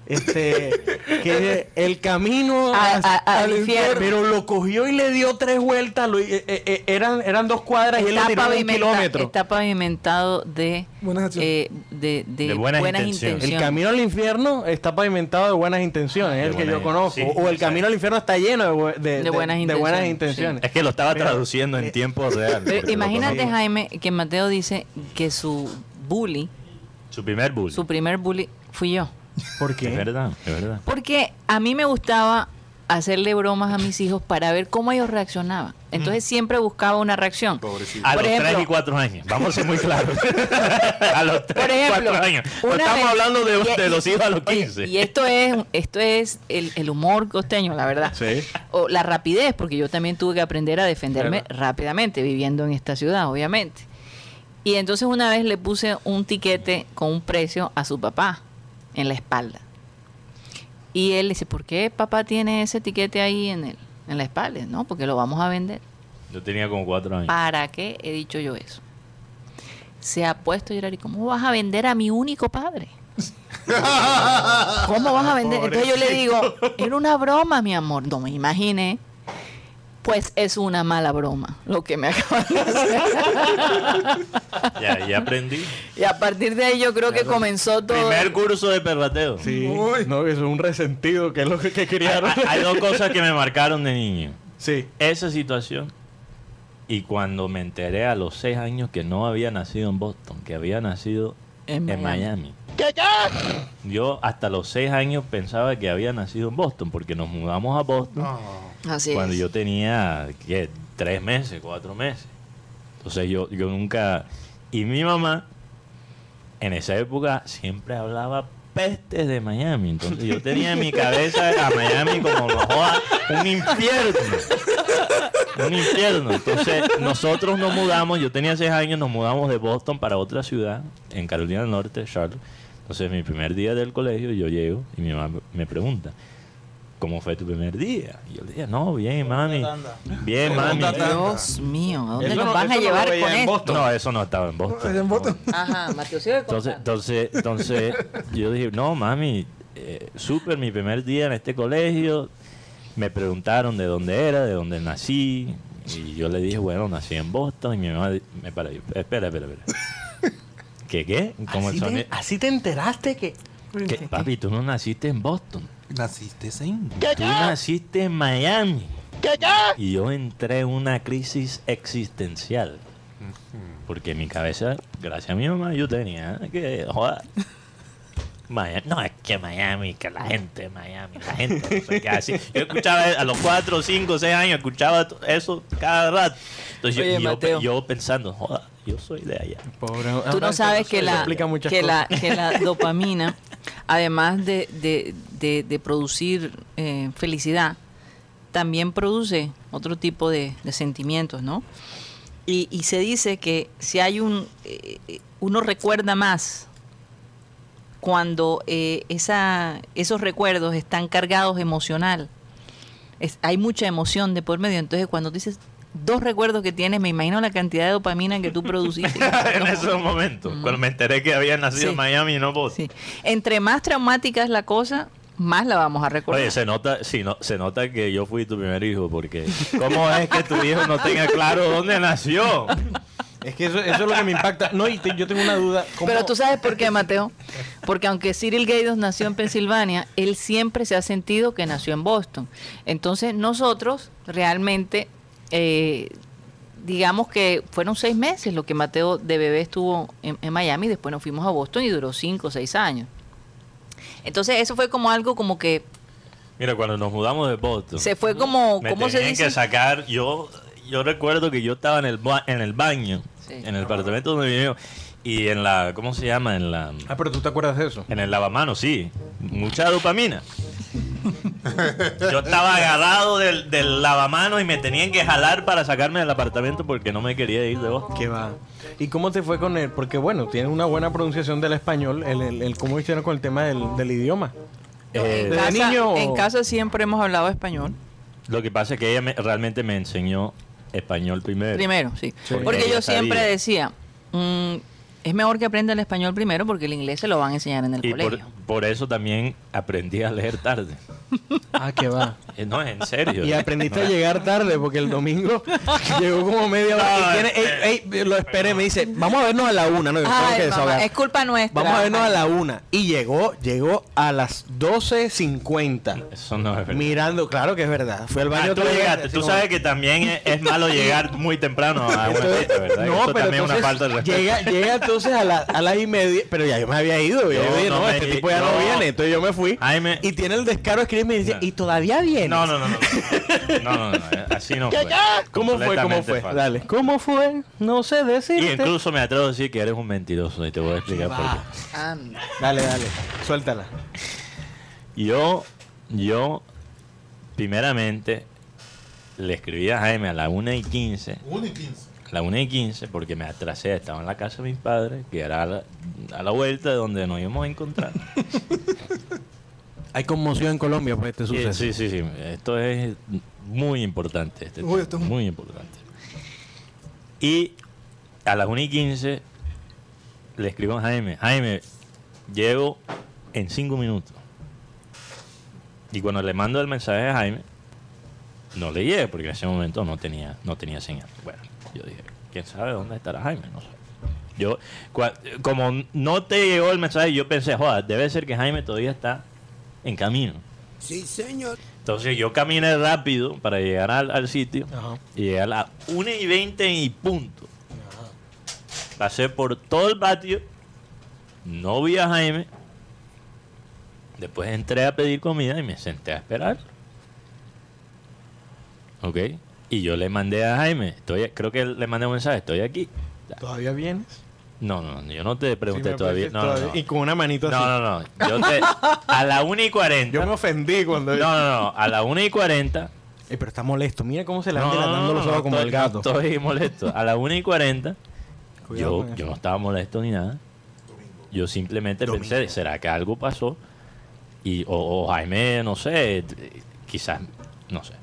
[SPEAKER 5] Este, que el camino
[SPEAKER 2] A-
[SPEAKER 5] hacia-
[SPEAKER 2] a- al infierno.
[SPEAKER 5] Pero lo cogió y le dio tres vueltas. lo- eh, eh, eh, eran, eran dos cuadras y él lo
[SPEAKER 2] Está,
[SPEAKER 5] tiró en un
[SPEAKER 2] pavimenta-
[SPEAKER 5] kilómetro.
[SPEAKER 2] está pavimentado de,
[SPEAKER 6] Buenas acciones.
[SPEAKER 2] eh, de, de
[SPEAKER 3] De buenas
[SPEAKER 2] buenas,
[SPEAKER 3] intenciones.
[SPEAKER 2] intenciones.
[SPEAKER 5] El camino al infierno está pavimentado de buenas intenciones, es
[SPEAKER 3] Ah,
[SPEAKER 5] el
[SPEAKER 3] De
[SPEAKER 5] que yo
[SPEAKER 3] buenas-
[SPEAKER 5] conozco.
[SPEAKER 3] sí,
[SPEAKER 5] o el
[SPEAKER 3] sí.
[SPEAKER 5] camino al infierno está lleno de, bu- de-
[SPEAKER 2] De
[SPEAKER 5] de-
[SPEAKER 2] buenas
[SPEAKER 5] de buenas
[SPEAKER 2] intenciones,
[SPEAKER 5] intenciones.
[SPEAKER 3] Es que lo estaba traduciendo en tiempo real.
[SPEAKER 2] Pero
[SPEAKER 3] porque lo
[SPEAKER 2] eh, imagínate,
[SPEAKER 3] conozco.
[SPEAKER 2] Jaime, que Mateo dice que su bully,
[SPEAKER 3] Su primer bullying.
[SPEAKER 2] su primer bully, fui yo.
[SPEAKER 5] ¿Por qué?
[SPEAKER 3] Es verdad, es verdad.
[SPEAKER 2] Porque a mí me gustaba hacerle bromas a mis hijos para ver cómo ellos reaccionaban. Entonces siempre buscaba una reacción.
[SPEAKER 3] A
[SPEAKER 2] Por
[SPEAKER 3] los
[SPEAKER 2] ejemplo-
[SPEAKER 3] 3 y 4 años. Vamos a ser muy claros. a los 3
[SPEAKER 2] Por ejemplo,
[SPEAKER 3] y 4 años. No
[SPEAKER 2] una
[SPEAKER 3] estamos
[SPEAKER 2] vez-
[SPEAKER 3] hablando de,
[SPEAKER 2] y-
[SPEAKER 3] de los hijos a los
[SPEAKER 2] oye,
[SPEAKER 3] 15.
[SPEAKER 2] Y esto es, esto es el, el humor costeño, la verdad. O la rapidez, porque yo también tuve que aprender a defenderme rápidamente, viviendo en esta ciudad, obviamente. Y entonces una vez le puse un tiquete con un precio a su papá en la espalda. Y él dice, ¿por qué papá tiene ese tiquete ahí en, el, en la espalda? No, porque lo vamos a vender.
[SPEAKER 3] Yo tenía como 4 años.
[SPEAKER 2] ¿Para qué he dicho yo eso? Se ha puesto a llorar y ¿cómo vas a vender a mi único padre? ¿Cómo
[SPEAKER 5] Ah,
[SPEAKER 2] vas a vender? Entonces yo le digo, era una broma, mi amor. No me imaginé. Pues es una mala broma lo que me acaban de hacer.
[SPEAKER 3] Ya, ya aprendí.
[SPEAKER 2] Y a partir de ahí yo creo que comenzó todo.
[SPEAKER 3] Primer curso de perrateo.
[SPEAKER 5] Sí. No, eso es un resentido que es lo que, que criaron.
[SPEAKER 3] Hay- Hay dos cosas que me marcaron de niño.
[SPEAKER 5] sí.
[SPEAKER 3] Esa situación y cuando me enteré a los 6 años que no había nacido en Boston, que había nacido
[SPEAKER 2] En
[SPEAKER 3] en Miami. Yo hasta los 6 años pensaba que había nacido en Boston porque nos mudamos a Boston
[SPEAKER 2] Así
[SPEAKER 3] cuando
[SPEAKER 2] es.
[SPEAKER 3] yo tenía ¿qué? tres meses, cuatro meses. Entonces yo, yo nunca... Y mi mamá, en esa época, siempre hablaba pestes de Miami. Entonces yo tenía en mi cabeza a Miami como lo joda, un infierno. Un infierno. Entonces nosotros nos mudamos, yo tenía seis años, nos mudamos de Boston para otra ciudad, en Carolina del Norte, Charlotte. Entonces mi primer día del colegio yo llego y mi mamá me pregunta, ¿cómo fue tu primer día? Y yo le dije, no, bien, mami. Bien, mami.
[SPEAKER 2] Dios mío, ¿a dónde
[SPEAKER 5] Eso
[SPEAKER 2] nos
[SPEAKER 5] no-
[SPEAKER 2] van
[SPEAKER 5] eso
[SPEAKER 2] a
[SPEAKER 5] no lo
[SPEAKER 2] llevar
[SPEAKER 5] veía
[SPEAKER 2] con
[SPEAKER 5] en
[SPEAKER 2] esto?
[SPEAKER 5] Boston.
[SPEAKER 3] No, eso no estaba en Boston.
[SPEAKER 6] En Boston.
[SPEAKER 3] No.
[SPEAKER 2] Ajá, Mateo, sigue
[SPEAKER 3] Entonces,
[SPEAKER 2] contando.
[SPEAKER 3] entonces, entonces yo dije, no, mami, eh, súper mi primer día en este colegio. Me preguntaron de dónde era, de dónde nací. Y yo le dije, bueno, nací en Boston. Y mi mamá di- me paró. y yo, Espera, espera, espera. ¿Qué, qué? Como el
[SPEAKER 5] Así te,
[SPEAKER 3] sonido.
[SPEAKER 5] así te enteraste que.
[SPEAKER 3] ¿Qué? Papi, tú no naciste en Boston.
[SPEAKER 4] Naciste sin.
[SPEAKER 3] Tú naciste en Miami. Y yo entré en una crisis existencial. Porque en mi cabeza, gracias a mi mamá, yo tenía que joder. Mia- no, es que Miami, que la gente de Miami, la gente, no sé qué así. Yo escuchaba a los 4, 5, 6 años, escuchaba to- eso cada rato. Entonces yo-
[SPEAKER 2] Oye,
[SPEAKER 3] yo,
[SPEAKER 2] Mateo.
[SPEAKER 3] yo pensando, joda, yo soy de allá.
[SPEAKER 2] Tú no sabes que la,
[SPEAKER 5] Explica muchas
[SPEAKER 2] que
[SPEAKER 5] cosas.
[SPEAKER 2] la, que la dopamina, además de, de- de- de producir eh, felicidad, también produce otro tipo de, de sentimientos, ¿no? Y, y se dice que si hay un... eh, eh, uno recuerda más cuando eh, esa, esos recuerdos están cargados emocional. Es- hay mucha emoción de por medio. Entonces, cuando tú dices dos recuerdos que tienes, me imagino la cantidad de dopamina que tú produciste.
[SPEAKER 3] en esos momentos, cuando me enteré que había nacido
[SPEAKER 2] Mm. Sí.
[SPEAKER 3] en Miami y no Boston.
[SPEAKER 2] Sí. Entre más traumática es la cosa, más la vamos a recordar.
[SPEAKER 3] Oye, se nota, sí, no, se nota que yo fui tu primer hijo, porque ¿cómo es que tu hijo no tenga claro dónde nació?
[SPEAKER 5] Es que eso, eso es lo que me impacta. No, y te- yo tengo una duda. ¿cómo-
[SPEAKER 2] Pero tú sabes por qué, Mateo. Porque aunque Cyril Gaydos nació en Pensilvania, él siempre se ha sentido que nació en Boston. Entonces nosotros realmente, eh, digamos que fueron seis meses lo que Mateo de bebé estuvo en, en Miami, después nos fuimos a Boston y duró cinco o seis años. Entonces eso fue como algo como que
[SPEAKER 3] Mira, cuando nos mudamos de Boston,
[SPEAKER 2] se fue como,
[SPEAKER 3] me
[SPEAKER 2] ¿cómo se
[SPEAKER 3] tenían
[SPEAKER 2] dice?
[SPEAKER 3] que sacar. Yo, yo recuerdo que yo estaba en el, ba- en el baño,
[SPEAKER 2] Sí.
[SPEAKER 3] en el apartamento donde vivimos, y en la, ¿cómo se llama? En la,
[SPEAKER 5] Ah, pero tú te acuerdas de eso.
[SPEAKER 3] en el lavamanos, sí, mucha dopamina. Yo estaba agarrado del, del lavamanos y me tenían que jalar para sacarme del apartamento porque no me quería ir de Boston.
[SPEAKER 5] Que va. ¿Y cómo te fue con él? Porque bueno, tienes una buena pronunciación del español, el, el, el- cómo hicieron con el tema del, del idioma.
[SPEAKER 3] Eh,
[SPEAKER 2] En
[SPEAKER 5] ¿Desde
[SPEAKER 2] casa-
[SPEAKER 5] niño o-
[SPEAKER 2] en casa siempre hemos hablado español.
[SPEAKER 3] Lo que pasa es que ella me- realmente me enseñó español primero.
[SPEAKER 2] Primero, sí.
[SPEAKER 3] Sí.
[SPEAKER 2] Porque
[SPEAKER 3] Ella
[SPEAKER 2] yo
[SPEAKER 3] sabía.
[SPEAKER 2] siempre decía, mm, es mejor que aprenda el español primero porque el inglés se lo van a enseñar en el
[SPEAKER 3] Y por,
[SPEAKER 2] colegio.
[SPEAKER 3] por eso también aprendí a leer tarde.
[SPEAKER 5] Ah, que va.
[SPEAKER 3] Eh, No, en serio.
[SPEAKER 5] Y aprendiste
[SPEAKER 3] No,
[SPEAKER 5] a llegar tarde porque el domingo llegó como media hora.
[SPEAKER 3] No,
[SPEAKER 5] Y tiene- ey, ey, lo esperé, me dice, vamos a vernos a la una. No, Yo tengo
[SPEAKER 2] Ay,
[SPEAKER 5] que
[SPEAKER 2] mamá,
[SPEAKER 5] desahogar.
[SPEAKER 2] es culpa nuestra.
[SPEAKER 5] Vamos a vernos a la una. Y llegó, llegó a las 12.50.
[SPEAKER 3] Eso no es verdad.
[SPEAKER 5] Mirando, claro que es verdad. Fue al
[SPEAKER 3] Ah,
[SPEAKER 5] baño.
[SPEAKER 3] tú
[SPEAKER 5] otra vez,
[SPEAKER 3] llegaste.
[SPEAKER 5] así
[SPEAKER 3] Tú
[SPEAKER 5] como-
[SPEAKER 3] sabes que también es, es malo llegar muy temprano a una
[SPEAKER 5] Entonces-
[SPEAKER 3] cita, ¿verdad?
[SPEAKER 5] No,
[SPEAKER 3] Eso
[SPEAKER 5] pero
[SPEAKER 3] también es una
[SPEAKER 5] entonces
[SPEAKER 3] falta de respeto.
[SPEAKER 5] llega, llega entonces a, la- a las y media, pero ya yo me había ido, yo
[SPEAKER 3] Yo
[SPEAKER 5] dije,
[SPEAKER 3] no
[SPEAKER 5] no,
[SPEAKER 3] me
[SPEAKER 5] este
[SPEAKER 3] di-
[SPEAKER 5] tipo ya no,
[SPEAKER 3] no.
[SPEAKER 5] viene, entonces yo me fui.
[SPEAKER 3] Jaime-
[SPEAKER 5] Y tiene el descaro de escribirme y dice,
[SPEAKER 3] No.
[SPEAKER 5] ¿y todavía viene?
[SPEAKER 3] No, no, no, no. No, no, no. no, eh, Así no fue.
[SPEAKER 5] ¿Cómo fue? ¿Cómo
[SPEAKER 3] Completamente
[SPEAKER 5] fue?
[SPEAKER 3] falso.
[SPEAKER 5] Dale. ¿Cómo fue? No sé decirte.
[SPEAKER 3] Y incluso me atrevo a decir que eres un mentiroso y te voy a explicar por qué.
[SPEAKER 2] Anda.
[SPEAKER 5] Dale, dale. Suéltala.
[SPEAKER 3] Yo, yo, primeramente, le escribí a Jaime a la 1 y 15. 1 y 15. A la 1 y 15 porque me atrasé, estaba en la casa de mis padres, que era a la, a la vuelta de donde nos íbamos a encontrar.
[SPEAKER 5] Hay conmoción en Colombia por este
[SPEAKER 3] Sí,
[SPEAKER 5] suceso.
[SPEAKER 3] sí, sí, sí. Esto es muy importante. Este
[SPEAKER 6] Uy,
[SPEAKER 3] tema,
[SPEAKER 6] esto es un-
[SPEAKER 3] muy importante. Y a las 1 y 15 le escribo a Jaime. Jaime, llego en 5 minutos. Y cuando le mando el mensaje a Jaime, no le llegué porque en ese momento no tenía, no tenía señal. Bueno, yo dije, ¿quién sabe dónde estará Jaime? No sé. Yo, cua- como no te llegó el mensaje, yo pensé, joda, debe ser que Jaime todavía está en camino. Entonces yo caminé rápido para llegar al, al sitio
[SPEAKER 5] Ajá.
[SPEAKER 3] y llegué a las 1 y 20 y punto. Pasé por todo el patio, no vi a Jaime. Después entré a pedir comida y me senté a esperar. ¿Ok? Y yo le mandé a Jaime, estoy, creo que le mandé un mensaje, estoy aquí.
[SPEAKER 5] ¿Todavía vienes?
[SPEAKER 3] No, no, no, yo no te
[SPEAKER 5] Sí,
[SPEAKER 3] pregunté
[SPEAKER 5] me
[SPEAKER 3] todavía.
[SPEAKER 5] parece
[SPEAKER 3] No, no,
[SPEAKER 5] todavía-
[SPEAKER 3] no.
[SPEAKER 5] Y con una manito así.
[SPEAKER 3] No, no, no. Yo te, a la 1 y 40.
[SPEAKER 5] Yo me ofendí cuando...
[SPEAKER 3] No, no, no. A la 1 y 40
[SPEAKER 5] Eh, pero está molesto. Mira cómo se le van dilatando los ojos como
[SPEAKER 3] estoy,
[SPEAKER 5] el gato.
[SPEAKER 3] no estoy molesto. A las 1 y 40,
[SPEAKER 5] Cuidado
[SPEAKER 3] yo,
[SPEAKER 5] con
[SPEAKER 3] yo
[SPEAKER 5] eso.
[SPEAKER 3] no estaba molesto ni nada. Yo simplemente pensé, ¿será que algo pasó? Y, o, o Jaime, no sé, t- quizás, no sé.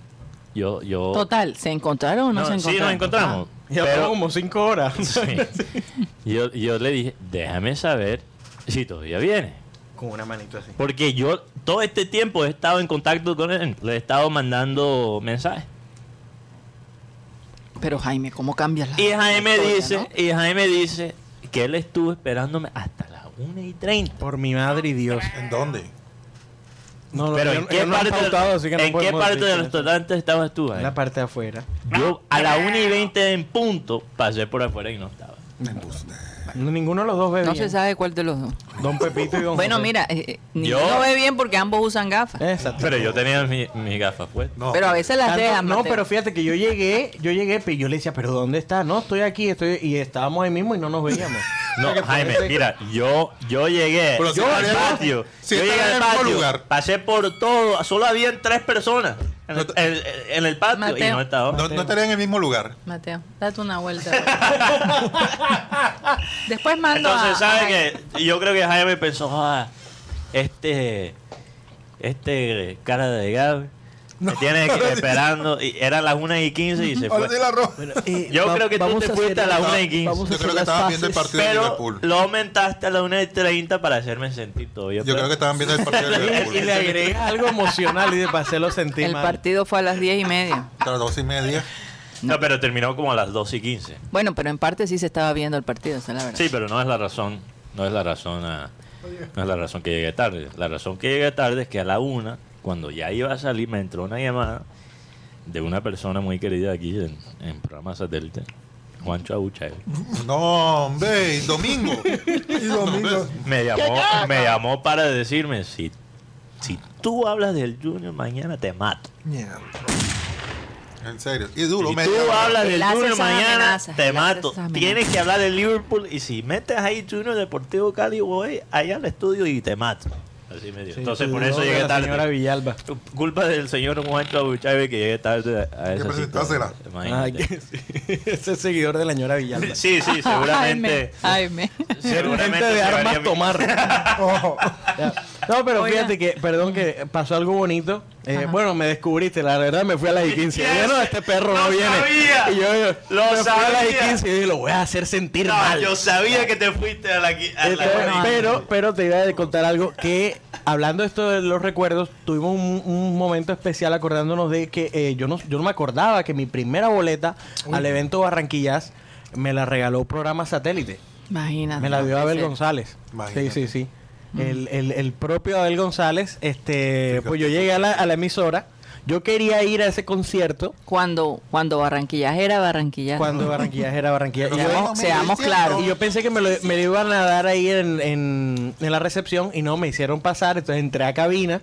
[SPEAKER 3] Yo, yo...
[SPEAKER 2] Total, ¿se encontraron o no,
[SPEAKER 3] No,
[SPEAKER 2] se encontraron?
[SPEAKER 3] sí, nos encontramos.
[SPEAKER 5] Ah, Ya
[SPEAKER 3] pero-
[SPEAKER 5] pero... como cinco horas.
[SPEAKER 3] sí. Yo, yo le dije, déjame saber si todavía viene.
[SPEAKER 5] con una manito así.
[SPEAKER 3] Porque yo todo este tiempo he estado en contacto con él, le he estado mandando mensajes.
[SPEAKER 2] Ah, Pero Jaime, ¿cómo cambias la
[SPEAKER 3] Y Jaime
[SPEAKER 2] historia,
[SPEAKER 3] dice,
[SPEAKER 2] no?
[SPEAKER 3] y Jaime dice que él estuvo esperándome hasta las 1 y 30.
[SPEAKER 5] Por mi madre y Dios.
[SPEAKER 4] ¿En dónde?
[SPEAKER 5] No, no,
[SPEAKER 3] Pero
[SPEAKER 5] yo-
[SPEAKER 3] ¿en
[SPEAKER 5] yo
[SPEAKER 3] qué
[SPEAKER 5] no
[SPEAKER 3] parte,
[SPEAKER 5] he pautado, así
[SPEAKER 3] del,
[SPEAKER 5] que no
[SPEAKER 3] ¿en qué
[SPEAKER 5] podemos
[SPEAKER 3] parte
[SPEAKER 5] decir
[SPEAKER 3] del
[SPEAKER 5] quién es.
[SPEAKER 3] restaurante estabas tú? Jaime?
[SPEAKER 5] En la parte de afuera.
[SPEAKER 3] Yo a las 1 y 20 en punto pasé por afuera y no estaba.
[SPEAKER 5] No, ninguno de los dos ve
[SPEAKER 2] No
[SPEAKER 5] bien.
[SPEAKER 2] se sabe cuál de los dos.
[SPEAKER 5] Don Pepito y Don
[SPEAKER 2] Bueno,
[SPEAKER 5] José.
[SPEAKER 2] mira, eh, eh,
[SPEAKER 3] Yo-
[SPEAKER 2] ninguno ve bien porque ambos usan gafas.
[SPEAKER 5] Exacto.
[SPEAKER 3] Pero yo tenía mi- mis gafas pues. puestas.
[SPEAKER 4] No.
[SPEAKER 2] pero a veces las
[SPEAKER 5] Tanto-
[SPEAKER 2] dejan.
[SPEAKER 5] no,
[SPEAKER 2] Mateo.
[SPEAKER 5] pero fíjate que yo llegué, yo llegué, pero yo le decía, pero ¿dónde está? No, estoy aquí, estoy y estábamos ahí mismo y no nos veíamos.
[SPEAKER 3] No, Jaime, mira, yo, yo llegué
[SPEAKER 4] Pero si
[SPEAKER 3] yo al
[SPEAKER 4] estaban en-
[SPEAKER 3] patio.
[SPEAKER 4] si
[SPEAKER 3] yo
[SPEAKER 4] estaban
[SPEAKER 3] llegué al
[SPEAKER 4] en el mismo
[SPEAKER 3] patio.
[SPEAKER 4] lugar.
[SPEAKER 3] Pasé por todo. Solo habían tres personas en el, en- en el patio y
[SPEAKER 2] Mateo.
[SPEAKER 3] no estaba.
[SPEAKER 4] No, no estaría en el mismo lugar.
[SPEAKER 2] Mateo, date una vuelta. Después mando
[SPEAKER 3] Entonces,
[SPEAKER 2] a- a-
[SPEAKER 3] ¿sabe que Yo creo que Jaime pensó, ah, este, este cara de Gabe me tiene que- esperando. Y eran las 1 y 15 y se fue.
[SPEAKER 4] Ahora sí la roja.
[SPEAKER 3] Yo creo que tú te fuiste eh, a las 1 y 15.
[SPEAKER 4] Yo creo que estaban viendo el partido de
[SPEAKER 3] Pero
[SPEAKER 4] Liverpool.
[SPEAKER 3] lo aumentaste a las 1 y 30 para hacerme sentir todavía.
[SPEAKER 4] Yo creo que estaban viendo el partido de
[SPEAKER 5] Y le
[SPEAKER 4] Liverpool.
[SPEAKER 5] agregas algo emocional y de para hacerlo sentir
[SPEAKER 2] El
[SPEAKER 5] mal.
[SPEAKER 2] partido fue a las diez y media.
[SPEAKER 4] A las dos y media.
[SPEAKER 3] No, pero terminó como a las 2 y 15.
[SPEAKER 2] Bueno, pero en parte sí se estaba viendo el partido, esa es la verdad.
[SPEAKER 3] Sí, pero no es la razón, no es la razón a- no es la razón que llegué tarde. La razón que llegué tarde es que a la una, cuando ya iba a salir, me entró una llamada de una persona muy querida aquí en, en programa satélite, Juancho Abuchay.
[SPEAKER 4] No, hombre, y domingo.
[SPEAKER 6] Y domingo.
[SPEAKER 3] Me llamó, me llamó para decirme si, si tú hablas del Junior mañana te mato.
[SPEAKER 6] Mierda.
[SPEAKER 4] En serio. Y
[SPEAKER 3] Si
[SPEAKER 4] duro,
[SPEAKER 3] tú
[SPEAKER 4] media hora.
[SPEAKER 3] hablas del
[SPEAKER 2] Le haces
[SPEAKER 3] Junior
[SPEAKER 2] esas
[SPEAKER 3] mañana
[SPEAKER 2] amenazas, le
[SPEAKER 3] te
[SPEAKER 2] haces
[SPEAKER 3] mato.
[SPEAKER 2] esas amenazas.
[SPEAKER 3] Tienes que hablar del Liverpool y si metes ahí Junior Deportivo Cali voy allá al estudio y te mato. Así me dijo. Entonces por eso llegué
[SPEAKER 5] la señora
[SPEAKER 3] tarde.
[SPEAKER 5] Villalba.
[SPEAKER 3] Culpa del señor Juancho Abuchave que llegué tarde a esa
[SPEAKER 4] presentársela.
[SPEAKER 3] situación. Imagínate.
[SPEAKER 5] Ese es seguidor de la señora Villalba.
[SPEAKER 3] Sí, sí, seguramente.
[SPEAKER 2] Jaime, Jaime.
[SPEAKER 3] seguramente
[SPEAKER 5] de
[SPEAKER 3] se
[SPEAKER 5] armas
[SPEAKER 3] vería-
[SPEAKER 5] tomar.
[SPEAKER 6] Ojo.
[SPEAKER 5] No, pero
[SPEAKER 2] Oiga.
[SPEAKER 5] fíjate que, perdón, que pasó algo bonito. Eh,
[SPEAKER 2] Ajá.
[SPEAKER 5] bueno, me descubriste, la verdad me fui a las y 15. Yo, no, este perro no
[SPEAKER 3] Lo
[SPEAKER 5] viene.
[SPEAKER 3] sabía.
[SPEAKER 5] Y yo, yo,
[SPEAKER 3] Lo
[SPEAKER 5] me fui a las y
[SPEAKER 3] sabía.
[SPEAKER 5] 15 y dije, lo voy a hacer sentir
[SPEAKER 3] No,
[SPEAKER 5] mal.
[SPEAKER 3] yo sabía que te fuiste a la, qui- a
[SPEAKER 5] Eh,
[SPEAKER 2] Este,
[SPEAKER 3] la
[SPEAKER 5] pero,
[SPEAKER 3] buena-
[SPEAKER 5] pero, pero te iba a contar algo que, hablando de esto de los recuerdos, tuvimos un, un momento especial acordándonos de que eh, yo, no, yo no me acordaba que mi primera boleta al evento Barranquillas me la regaló programa satélite.
[SPEAKER 2] Imagínate.
[SPEAKER 5] Me la dio
[SPEAKER 2] no puede
[SPEAKER 5] Abel
[SPEAKER 2] ser.
[SPEAKER 5] González.
[SPEAKER 4] Imagínate.
[SPEAKER 5] Sí, sí, sí. El, el- el propio Abel González, este, pues yo llegué a la, a la emisora, yo quería ir a ese concierto
[SPEAKER 2] Cuando, cuando Barranquillas era Barranquillas.
[SPEAKER 5] cuando Barranquillas era Barranquillas. Y yo,
[SPEAKER 2] Seamos, seamos claros.
[SPEAKER 5] y yo pensé que me lo, me lo iban a dar ahí en, en- en la recepción y no, me hicieron pasar, entonces entré a cabina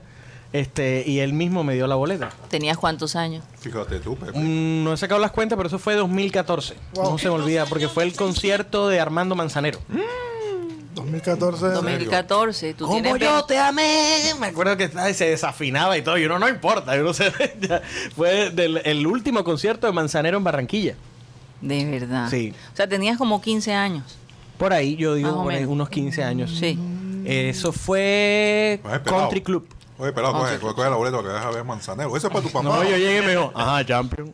[SPEAKER 5] este, y él mismo me dio la boleta.
[SPEAKER 2] ¿Tenías cuántos años?
[SPEAKER 4] Fíjate tú, Pepe.
[SPEAKER 5] Mm, No he sacado las cuentas, pero eso fue 2014. No se me olvida, porque fue el concierto de Armando Manzanero.
[SPEAKER 6] 2014.
[SPEAKER 2] 2014. Tú
[SPEAKER 5] Como
[SPEAKER 2] tienes
[SPEAKER 5] yo
[SPEAKER 2] 20.
[SPEAKER 5] te amé. Me acuerdo que ay, se desafinaba y todo. Y uno no importa. Yo no sé. ya. Fue del, el último concierto de Manzanero en Barranquilla.
[SPEAKER 2] De verdad.
[SPEAKER 5] Sí.
[SPEAKER 2] O sea, tenías como 15 años.
[SPEAKER 5] Por ahí, yo
[SPEAKER 2] Más
[SPEAKER 5] digo,
[SPEAKER 2] o
[SPEAKER 5] por ahí,
[SPEAKER 2] menos.
[SPEAKER 5] unos 15 años.
[SPEAKER 2] Sí.
[SPEAKER 5] Eso fue
[SPEAKER 4] Más esperado.
[SPEAKER 5] Country Club.
[SPEAKER 4] Oye, pelado,
[SPEAKER 2] Vamos,
[SPEAKER 4] coge, coge, coge la boleta para que dejes a ver Manzanero. Eso es para tu papá.
[SPEAKER 5] No, yo llegué y me dijo, ajá, champion.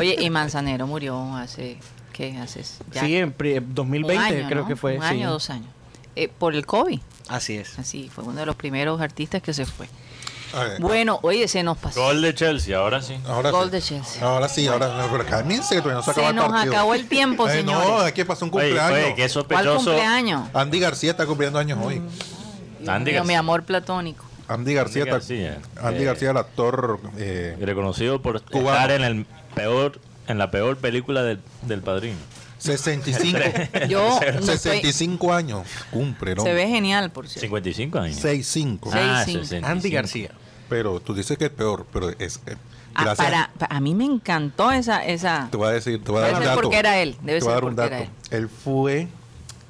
[SPEAKER 2] Oye, y Manzanero murió hace. ¿Qué haces? Ya
[SPEAKER 5] Sí, en pri-
[SPEAKER 2] un
[SPEAKER 5] 2020
[SPEAKER 2] año,
[SPEAKER 5] creo
[SPEAKER 2] ¿no?
[SPEAKER 5] que fue.
[SPEAKER 2] Un
[SPEAKER 5] sí.
[SPEAKER 2] año, dos años. Eh, por el COVID.
[SPEAKER 5] Así es.
[SPEAKER 2] Así, fue uno de los primeros artistas que se fue.
[SPEAKER 4] A ver,
[SPEAKER 2] Bueno, oye, se nos pasó.
[SPEAKER 3] Gol de Chelsea, ahora sí.
[SPEAKER 4] ahora
[SPEAKER 2] gol
[SPEAKER 4] sí.
[SPEAKER 2] de Chelsea.
[SPEAKER 4] Ahora sí, ahora. no, Pero cálmense que todavía no se acaba
[SPEAKER 2] Se
[SPEAKER 4] el
[SPEAKER 2] nos
[SPEAKER 4] partido.
[SPEAKER 2] acabó el tiempo,
[SPEAKER 4] Ay, No,
[SPEAKER 2] señores.
[SPEAKER 4] aquí pasó un
[SPEAKER 3] Oye,
[SPEAKER 4] cumpleaños.
[SPEAKER 3] oye, qué
[SPEAKER 2] ¿Cuál
[SPEAKER 3] sospechoso.
[SPEAKER 2] cumpleaños?
[SPEAKER 4] Andy García está cumpliendo años hoy.
[SPEAKER 2] Mm.
[SPEAKER 3] Andy
[SPEAKER 2] Digo, mi
[SPEAKER 3] García.
[SPEAKER 2] amor platónico.
[SPEAKER 4] Andy García.
[SPEAKER 3] Andy
[SPEAKER 4] está-
[SPEAKER 3] García,
[SPEAKER 4] Andy
[SPEAKER 3] eh,
[SPEAKER 4] García, el actor. eh,
[SPEAKER 3] Reconocido por
[SPEAKER 4] Cubano.
[SPEAKER 3] estar en el peor, en la peor película del, del padrino.
[SPEAKER 4] 65.
[SPEAKER 2] Yo no estoy-
[SPEAKER 4] 65 años. Cumple, ¿no?
[SPEAKER 2] se ve genial, por cierto.
[SPEAKER 3] 55 años.
[SPEAKER 4] 65.
[SPEAKER 2] Sí.
[SPEAKER 3] Ah,
[SPEAKER 2] 65.
[SPEAKER 3] 65.
[SPEAKER 5] Andy García.
[SPEAKER 4] Ah, Pero tú dices que es peor, pero es. eh,
[SPEAKER 2] Ah,
[SPEAKER 4] gracias.
[SPEAKER 2] para, pa- a mí me encantó esa... esa
[SPEAKER 4] Te voy a decir, te voy a
[SPEAKER 2] Debe
[SPEAKER 4] dar un
[SPEAKER 2] ser
[SPEAKER 4] dato.
[SPEAKER 2] porque era él, debe
[SPEAKER 4] te voy
[SPEAKER 2] ser
[SPEAKER 4] a dar un
[SPEAKER 2] porque era
[SPEAKER 4] dato. Él fue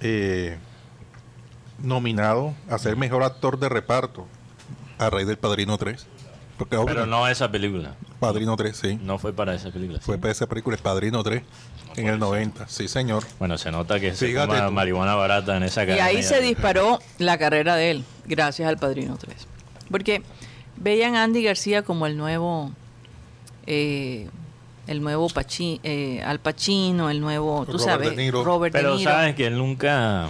[SPEAKER 4] eh, nominado a ser mejor actor de reparto a raíz del Padrino 3. Porque
[SPEAKER 3] Pero
[SPEAKER 4] obvio,
[SPEAKER 3] no esa película.
[SPEAKER 4] Padrino 3, sí.
[SPEAKER 3] No fue para esa película. sí.
[SPEAKER 4] Fue para esa película, el Padrino 3, en el 90. Sí, señor.
[SPEAKER 3] Bueno, se nota que se
[SPEAKER 4] Fíjate
[SPEAKER 3] fuma
[SPEAKER 4] tú.
[SPEAKER 3] marihuana barata en esa
[SPEAKER 2] y
[SPEAKER 3] cara.
[SPEAKER 2] ahí se disparó la carrera de él, gracias al Padrino 3. Porque veían a Andy García como el nuevo... eh, el nuevo Pachi, eh, Al Pacino, el nuevo, tú
[SPEAKER 4] Robert
[SPEAKER 2] sabes,
[SPEAKER 4] De Niro.
[SPEAKER 2] Robert De
[SPEAKER 3] Pero
[SPEAKER 2] Niro.
[SPEAKER 3] sabes que él nunca...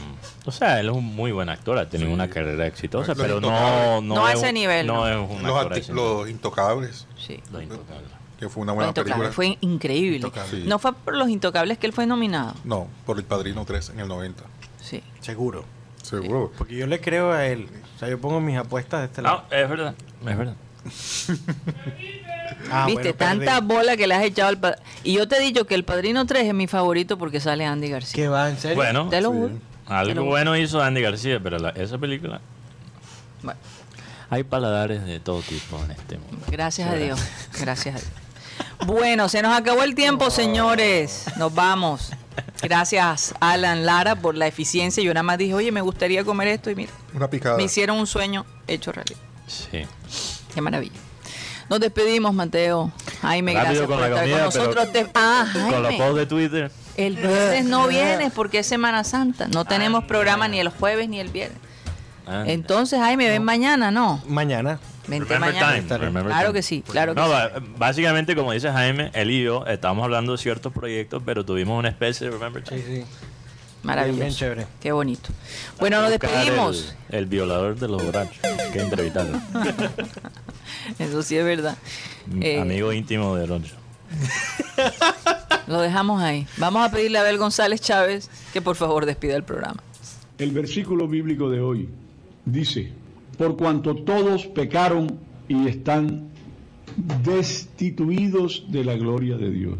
[SPEAKER 3] O sea, él es un muy buen actor, ha tenido una carrera exitosa,
[SPEAKER 4] Lo
[SPEAKER 3] pero no,
[SPEAKER 4] intocable.
[SPEAKER 3] no,
[SPEAKER 2] No a
[SPEAKER 3] es
[SPEAKER 2] ese
[SPEAKER 3] un-
[SPEAKER 2] nivel,
[SPEAKER 3] No,
[SPEAKER 2] no.
[SPEAKER 3] es un
[SPEAKER 4] Los,
[SPEAKER 3] actor
[SPEAKER 4] arti-
[SPEAKER 3] ese.
[SPEAKER 4] los Intocables,
[SPEAKER 2] Sí.
[SPEAKER 3] Lo intocable.
[SPEAKER 4] que fue una
[SPEAKER 2] Los
[SPEAKER 4] buena película.
[SPEAKER 2] Intocables, fue increíble.
[SPEAKER 4] Intocable. Sí.
[SPEAKER 2] No fue por los intocables que él fue nominado.
[SPEAKER 4] No, por el Padrino 3 en el 90.
[SPEAKER 2] Sí.
[SPEAKER 5] Seguro.
[SPEAKER 4] Seguro.
[SPEAKER 5] Porque yo le creo a él. O sea, yo pongo mis apuestas de este
[SPEAKER 3] No, Ah, es verdad, es verdad.
[SPEAKER 5] Ah,
[SPEAKER 2] Viste,
[SPEAKER 5] bueno, perdí.
[SPEAKER 2] tanta bola que le has echado al padrino. Y yo te he dicho que el padrino 3 es mi favorito porque sale Andy García.
[SPEAKER 5] Que va, en serio.
[SPEAKER 3] Bueno,
[SPEAKER 2] Te lo juro. Te lo
[SPEAKER 3] algo
[SPEAKER 2] juro.
[SPEAKER 3] bueno hizo Andy García, pero la- esa película...
[SPEAKER 2] Bueno,
[SPEAKER 3] Hay paladares de todo tipo en este mundo.
[SPEAKER 2] gracias a Dios. Gracias a Dios. Bueno, se nos acabó el tiempo, señores. Nos vamos. Gracias, Alan Lara, por la eficiencia. Yo nada más dije, oye, me gustaría comer esto y mira,
[SPEAKER 4] Una picada.
[SPEAKER 2] me hicieron un sueño hecho realidad.
[SPEAKER 3] Sí.
[SPEAKER 2] Qué maravilla. Nos despedimos, Mateo. Jaime, gracias
[SPEAKER 3] Rápido con
[SPEAKER 2] por
[SPEAKER 3] la
[SPEAKER 2] estar
[SPEAKER 3] comida,
[SPEAKER 2] con nosotros.
[SPEAKER 3] pero-
[SPEAKER 2] Te- Ah,
[SPEAKER 3] Con los
[SPEAKER 2] Jaime.
[SPEAKER 3] posts de Twitter.
[SPEAKER 2] El viernes no vienes porque es Semana Santa. No tenemos programa ni el jueves ni el viernes.
[SPEAKER 3] Ah,
[SPEAKER 2] Entonces, Jaime, ven mañana, ¿no?
[SPEAKER 5] Mañana.
[SPEAKER 2] Vente
[SPEAKER 3] Remember
[SPEAKER 2] mañana.
[SPEAKER 3] time, remember
[SPEAKER 2] claro
[SPEAKER 3] time.
[SPEAKER 2] que sí, claro que
[SPEAKER 3] No,
[SPEAKER 2] sí.
[SPEAKER 3] ba- básicamente, como dice Jaime, él y yo estábamos hablando de ciertos proyectos, pero tuvimos una especie de Remember Time.
[SPEAKER 5] sí.
[SPEAKER 2] Maravilloso.
[SPEAKER 5] bien chévere.
[SPEAKER 2] Qué bonito. Bueno, nos
[SPEAKER 3] Buscar
[SPEAKER 2] despedimos.
[SPEAKER 3] El, el violador de los borrachos. que entrevistarlo.
[SPEAKER 2] Eso sí es verdad. Eh,
[SPEAKER 3] Amigo íntimo de Alonso.
[SPEAKER 2] Lo dejamos ahí. Vamos a pedirle a Abel González Chávez que por favor despida el programa.
[SPEAKER 5] El versículo bíblico de hoy dice, por cuanto todos pecaron y están destituidos de la gloria de Dios.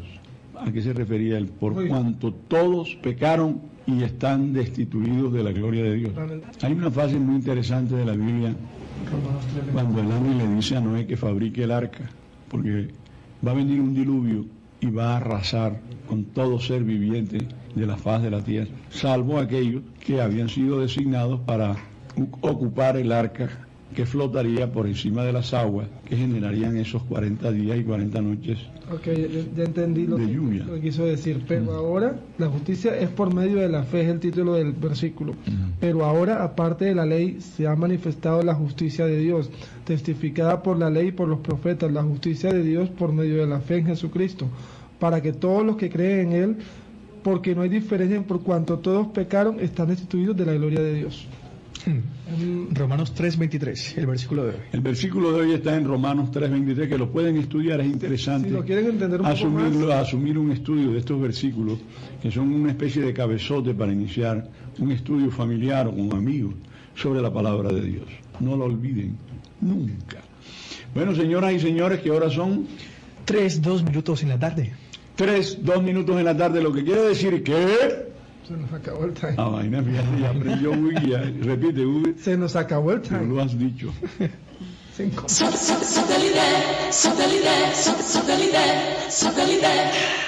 [SPEAKER 5] ¿A qué se refería él? Por cuanto todos pecaron y están destituidos de la gloria de Dios. Hay una frase muy interesante de la Biblia cuando el ángel le dice a Noé que fabrique el arca, porque va a venir un diluvio y va a arrasar con todo ser viviente de la faz de la tierra, salvo aquellos que habían sido designados para u- ocupar el arca que flotaría por encima de las aguas que generarían esos 40 días y 40 noches.
[SPEAKER 6] Ok, ya ya entendí lo
[SPEAKER 5] De
[SPEAKER 6] que,
[SPEAKER 5] lluvia. Mm.
[SPEAKER 6] lo que quiso decir. Pero ahora, la justicia es por medio de la fe, es el título del versículo.
[SPEAKER 5] Mm.
[SPEAKER 6] Pero ahora, aparte de la ley, se ha manifestado la justicia de Dios, testificada por la ley y por los profetas, la justicia de Dios por medio de la fe en Jesucristo, para que todos los que creen en Él, porque no hay diferencia en por cuanto todos pecaron, están destituidos de la gloria de Dios.
[SPEAKER 8] Romanos 3:23, el versículo de hoy.
[SPEAKER 5] El versículo de hoy está en Romanos 3:23, que lo pueden estudiar, es interesante.
[SPEAKER 6] Si lo quieren entender un poco
[SPEAKER 5] asumirlo-
[SPEAKER 6] más.
[SPEAKER 5] asumir un estudio de estos versículos, que son una especie de cabezote para iniciar un estudio familiar o con amigos sobre la palabra de Dios. No lo olviden, nunca. Bueno, señoras y señores, que ahora son
[SPEAKER 8] Tres, dos minutos en la tarde.
[SPEAKER 5] tres, dos minutos en la tarde, lo que quiere decir que...
[SPEAKER 6] Se nos acabó el time.
[SPEAKER 5] Ah, vaina, fíjate, ya aprendió Wiki, ya. repite, Ubi,
[SPEAKER 6] Se nos acabó el time.
[SPEAKER 5] lo has dicho.
[SPEAKER 6] Cinco.
[SPEAKER 9] Satellite, satellite, satellite, satellite.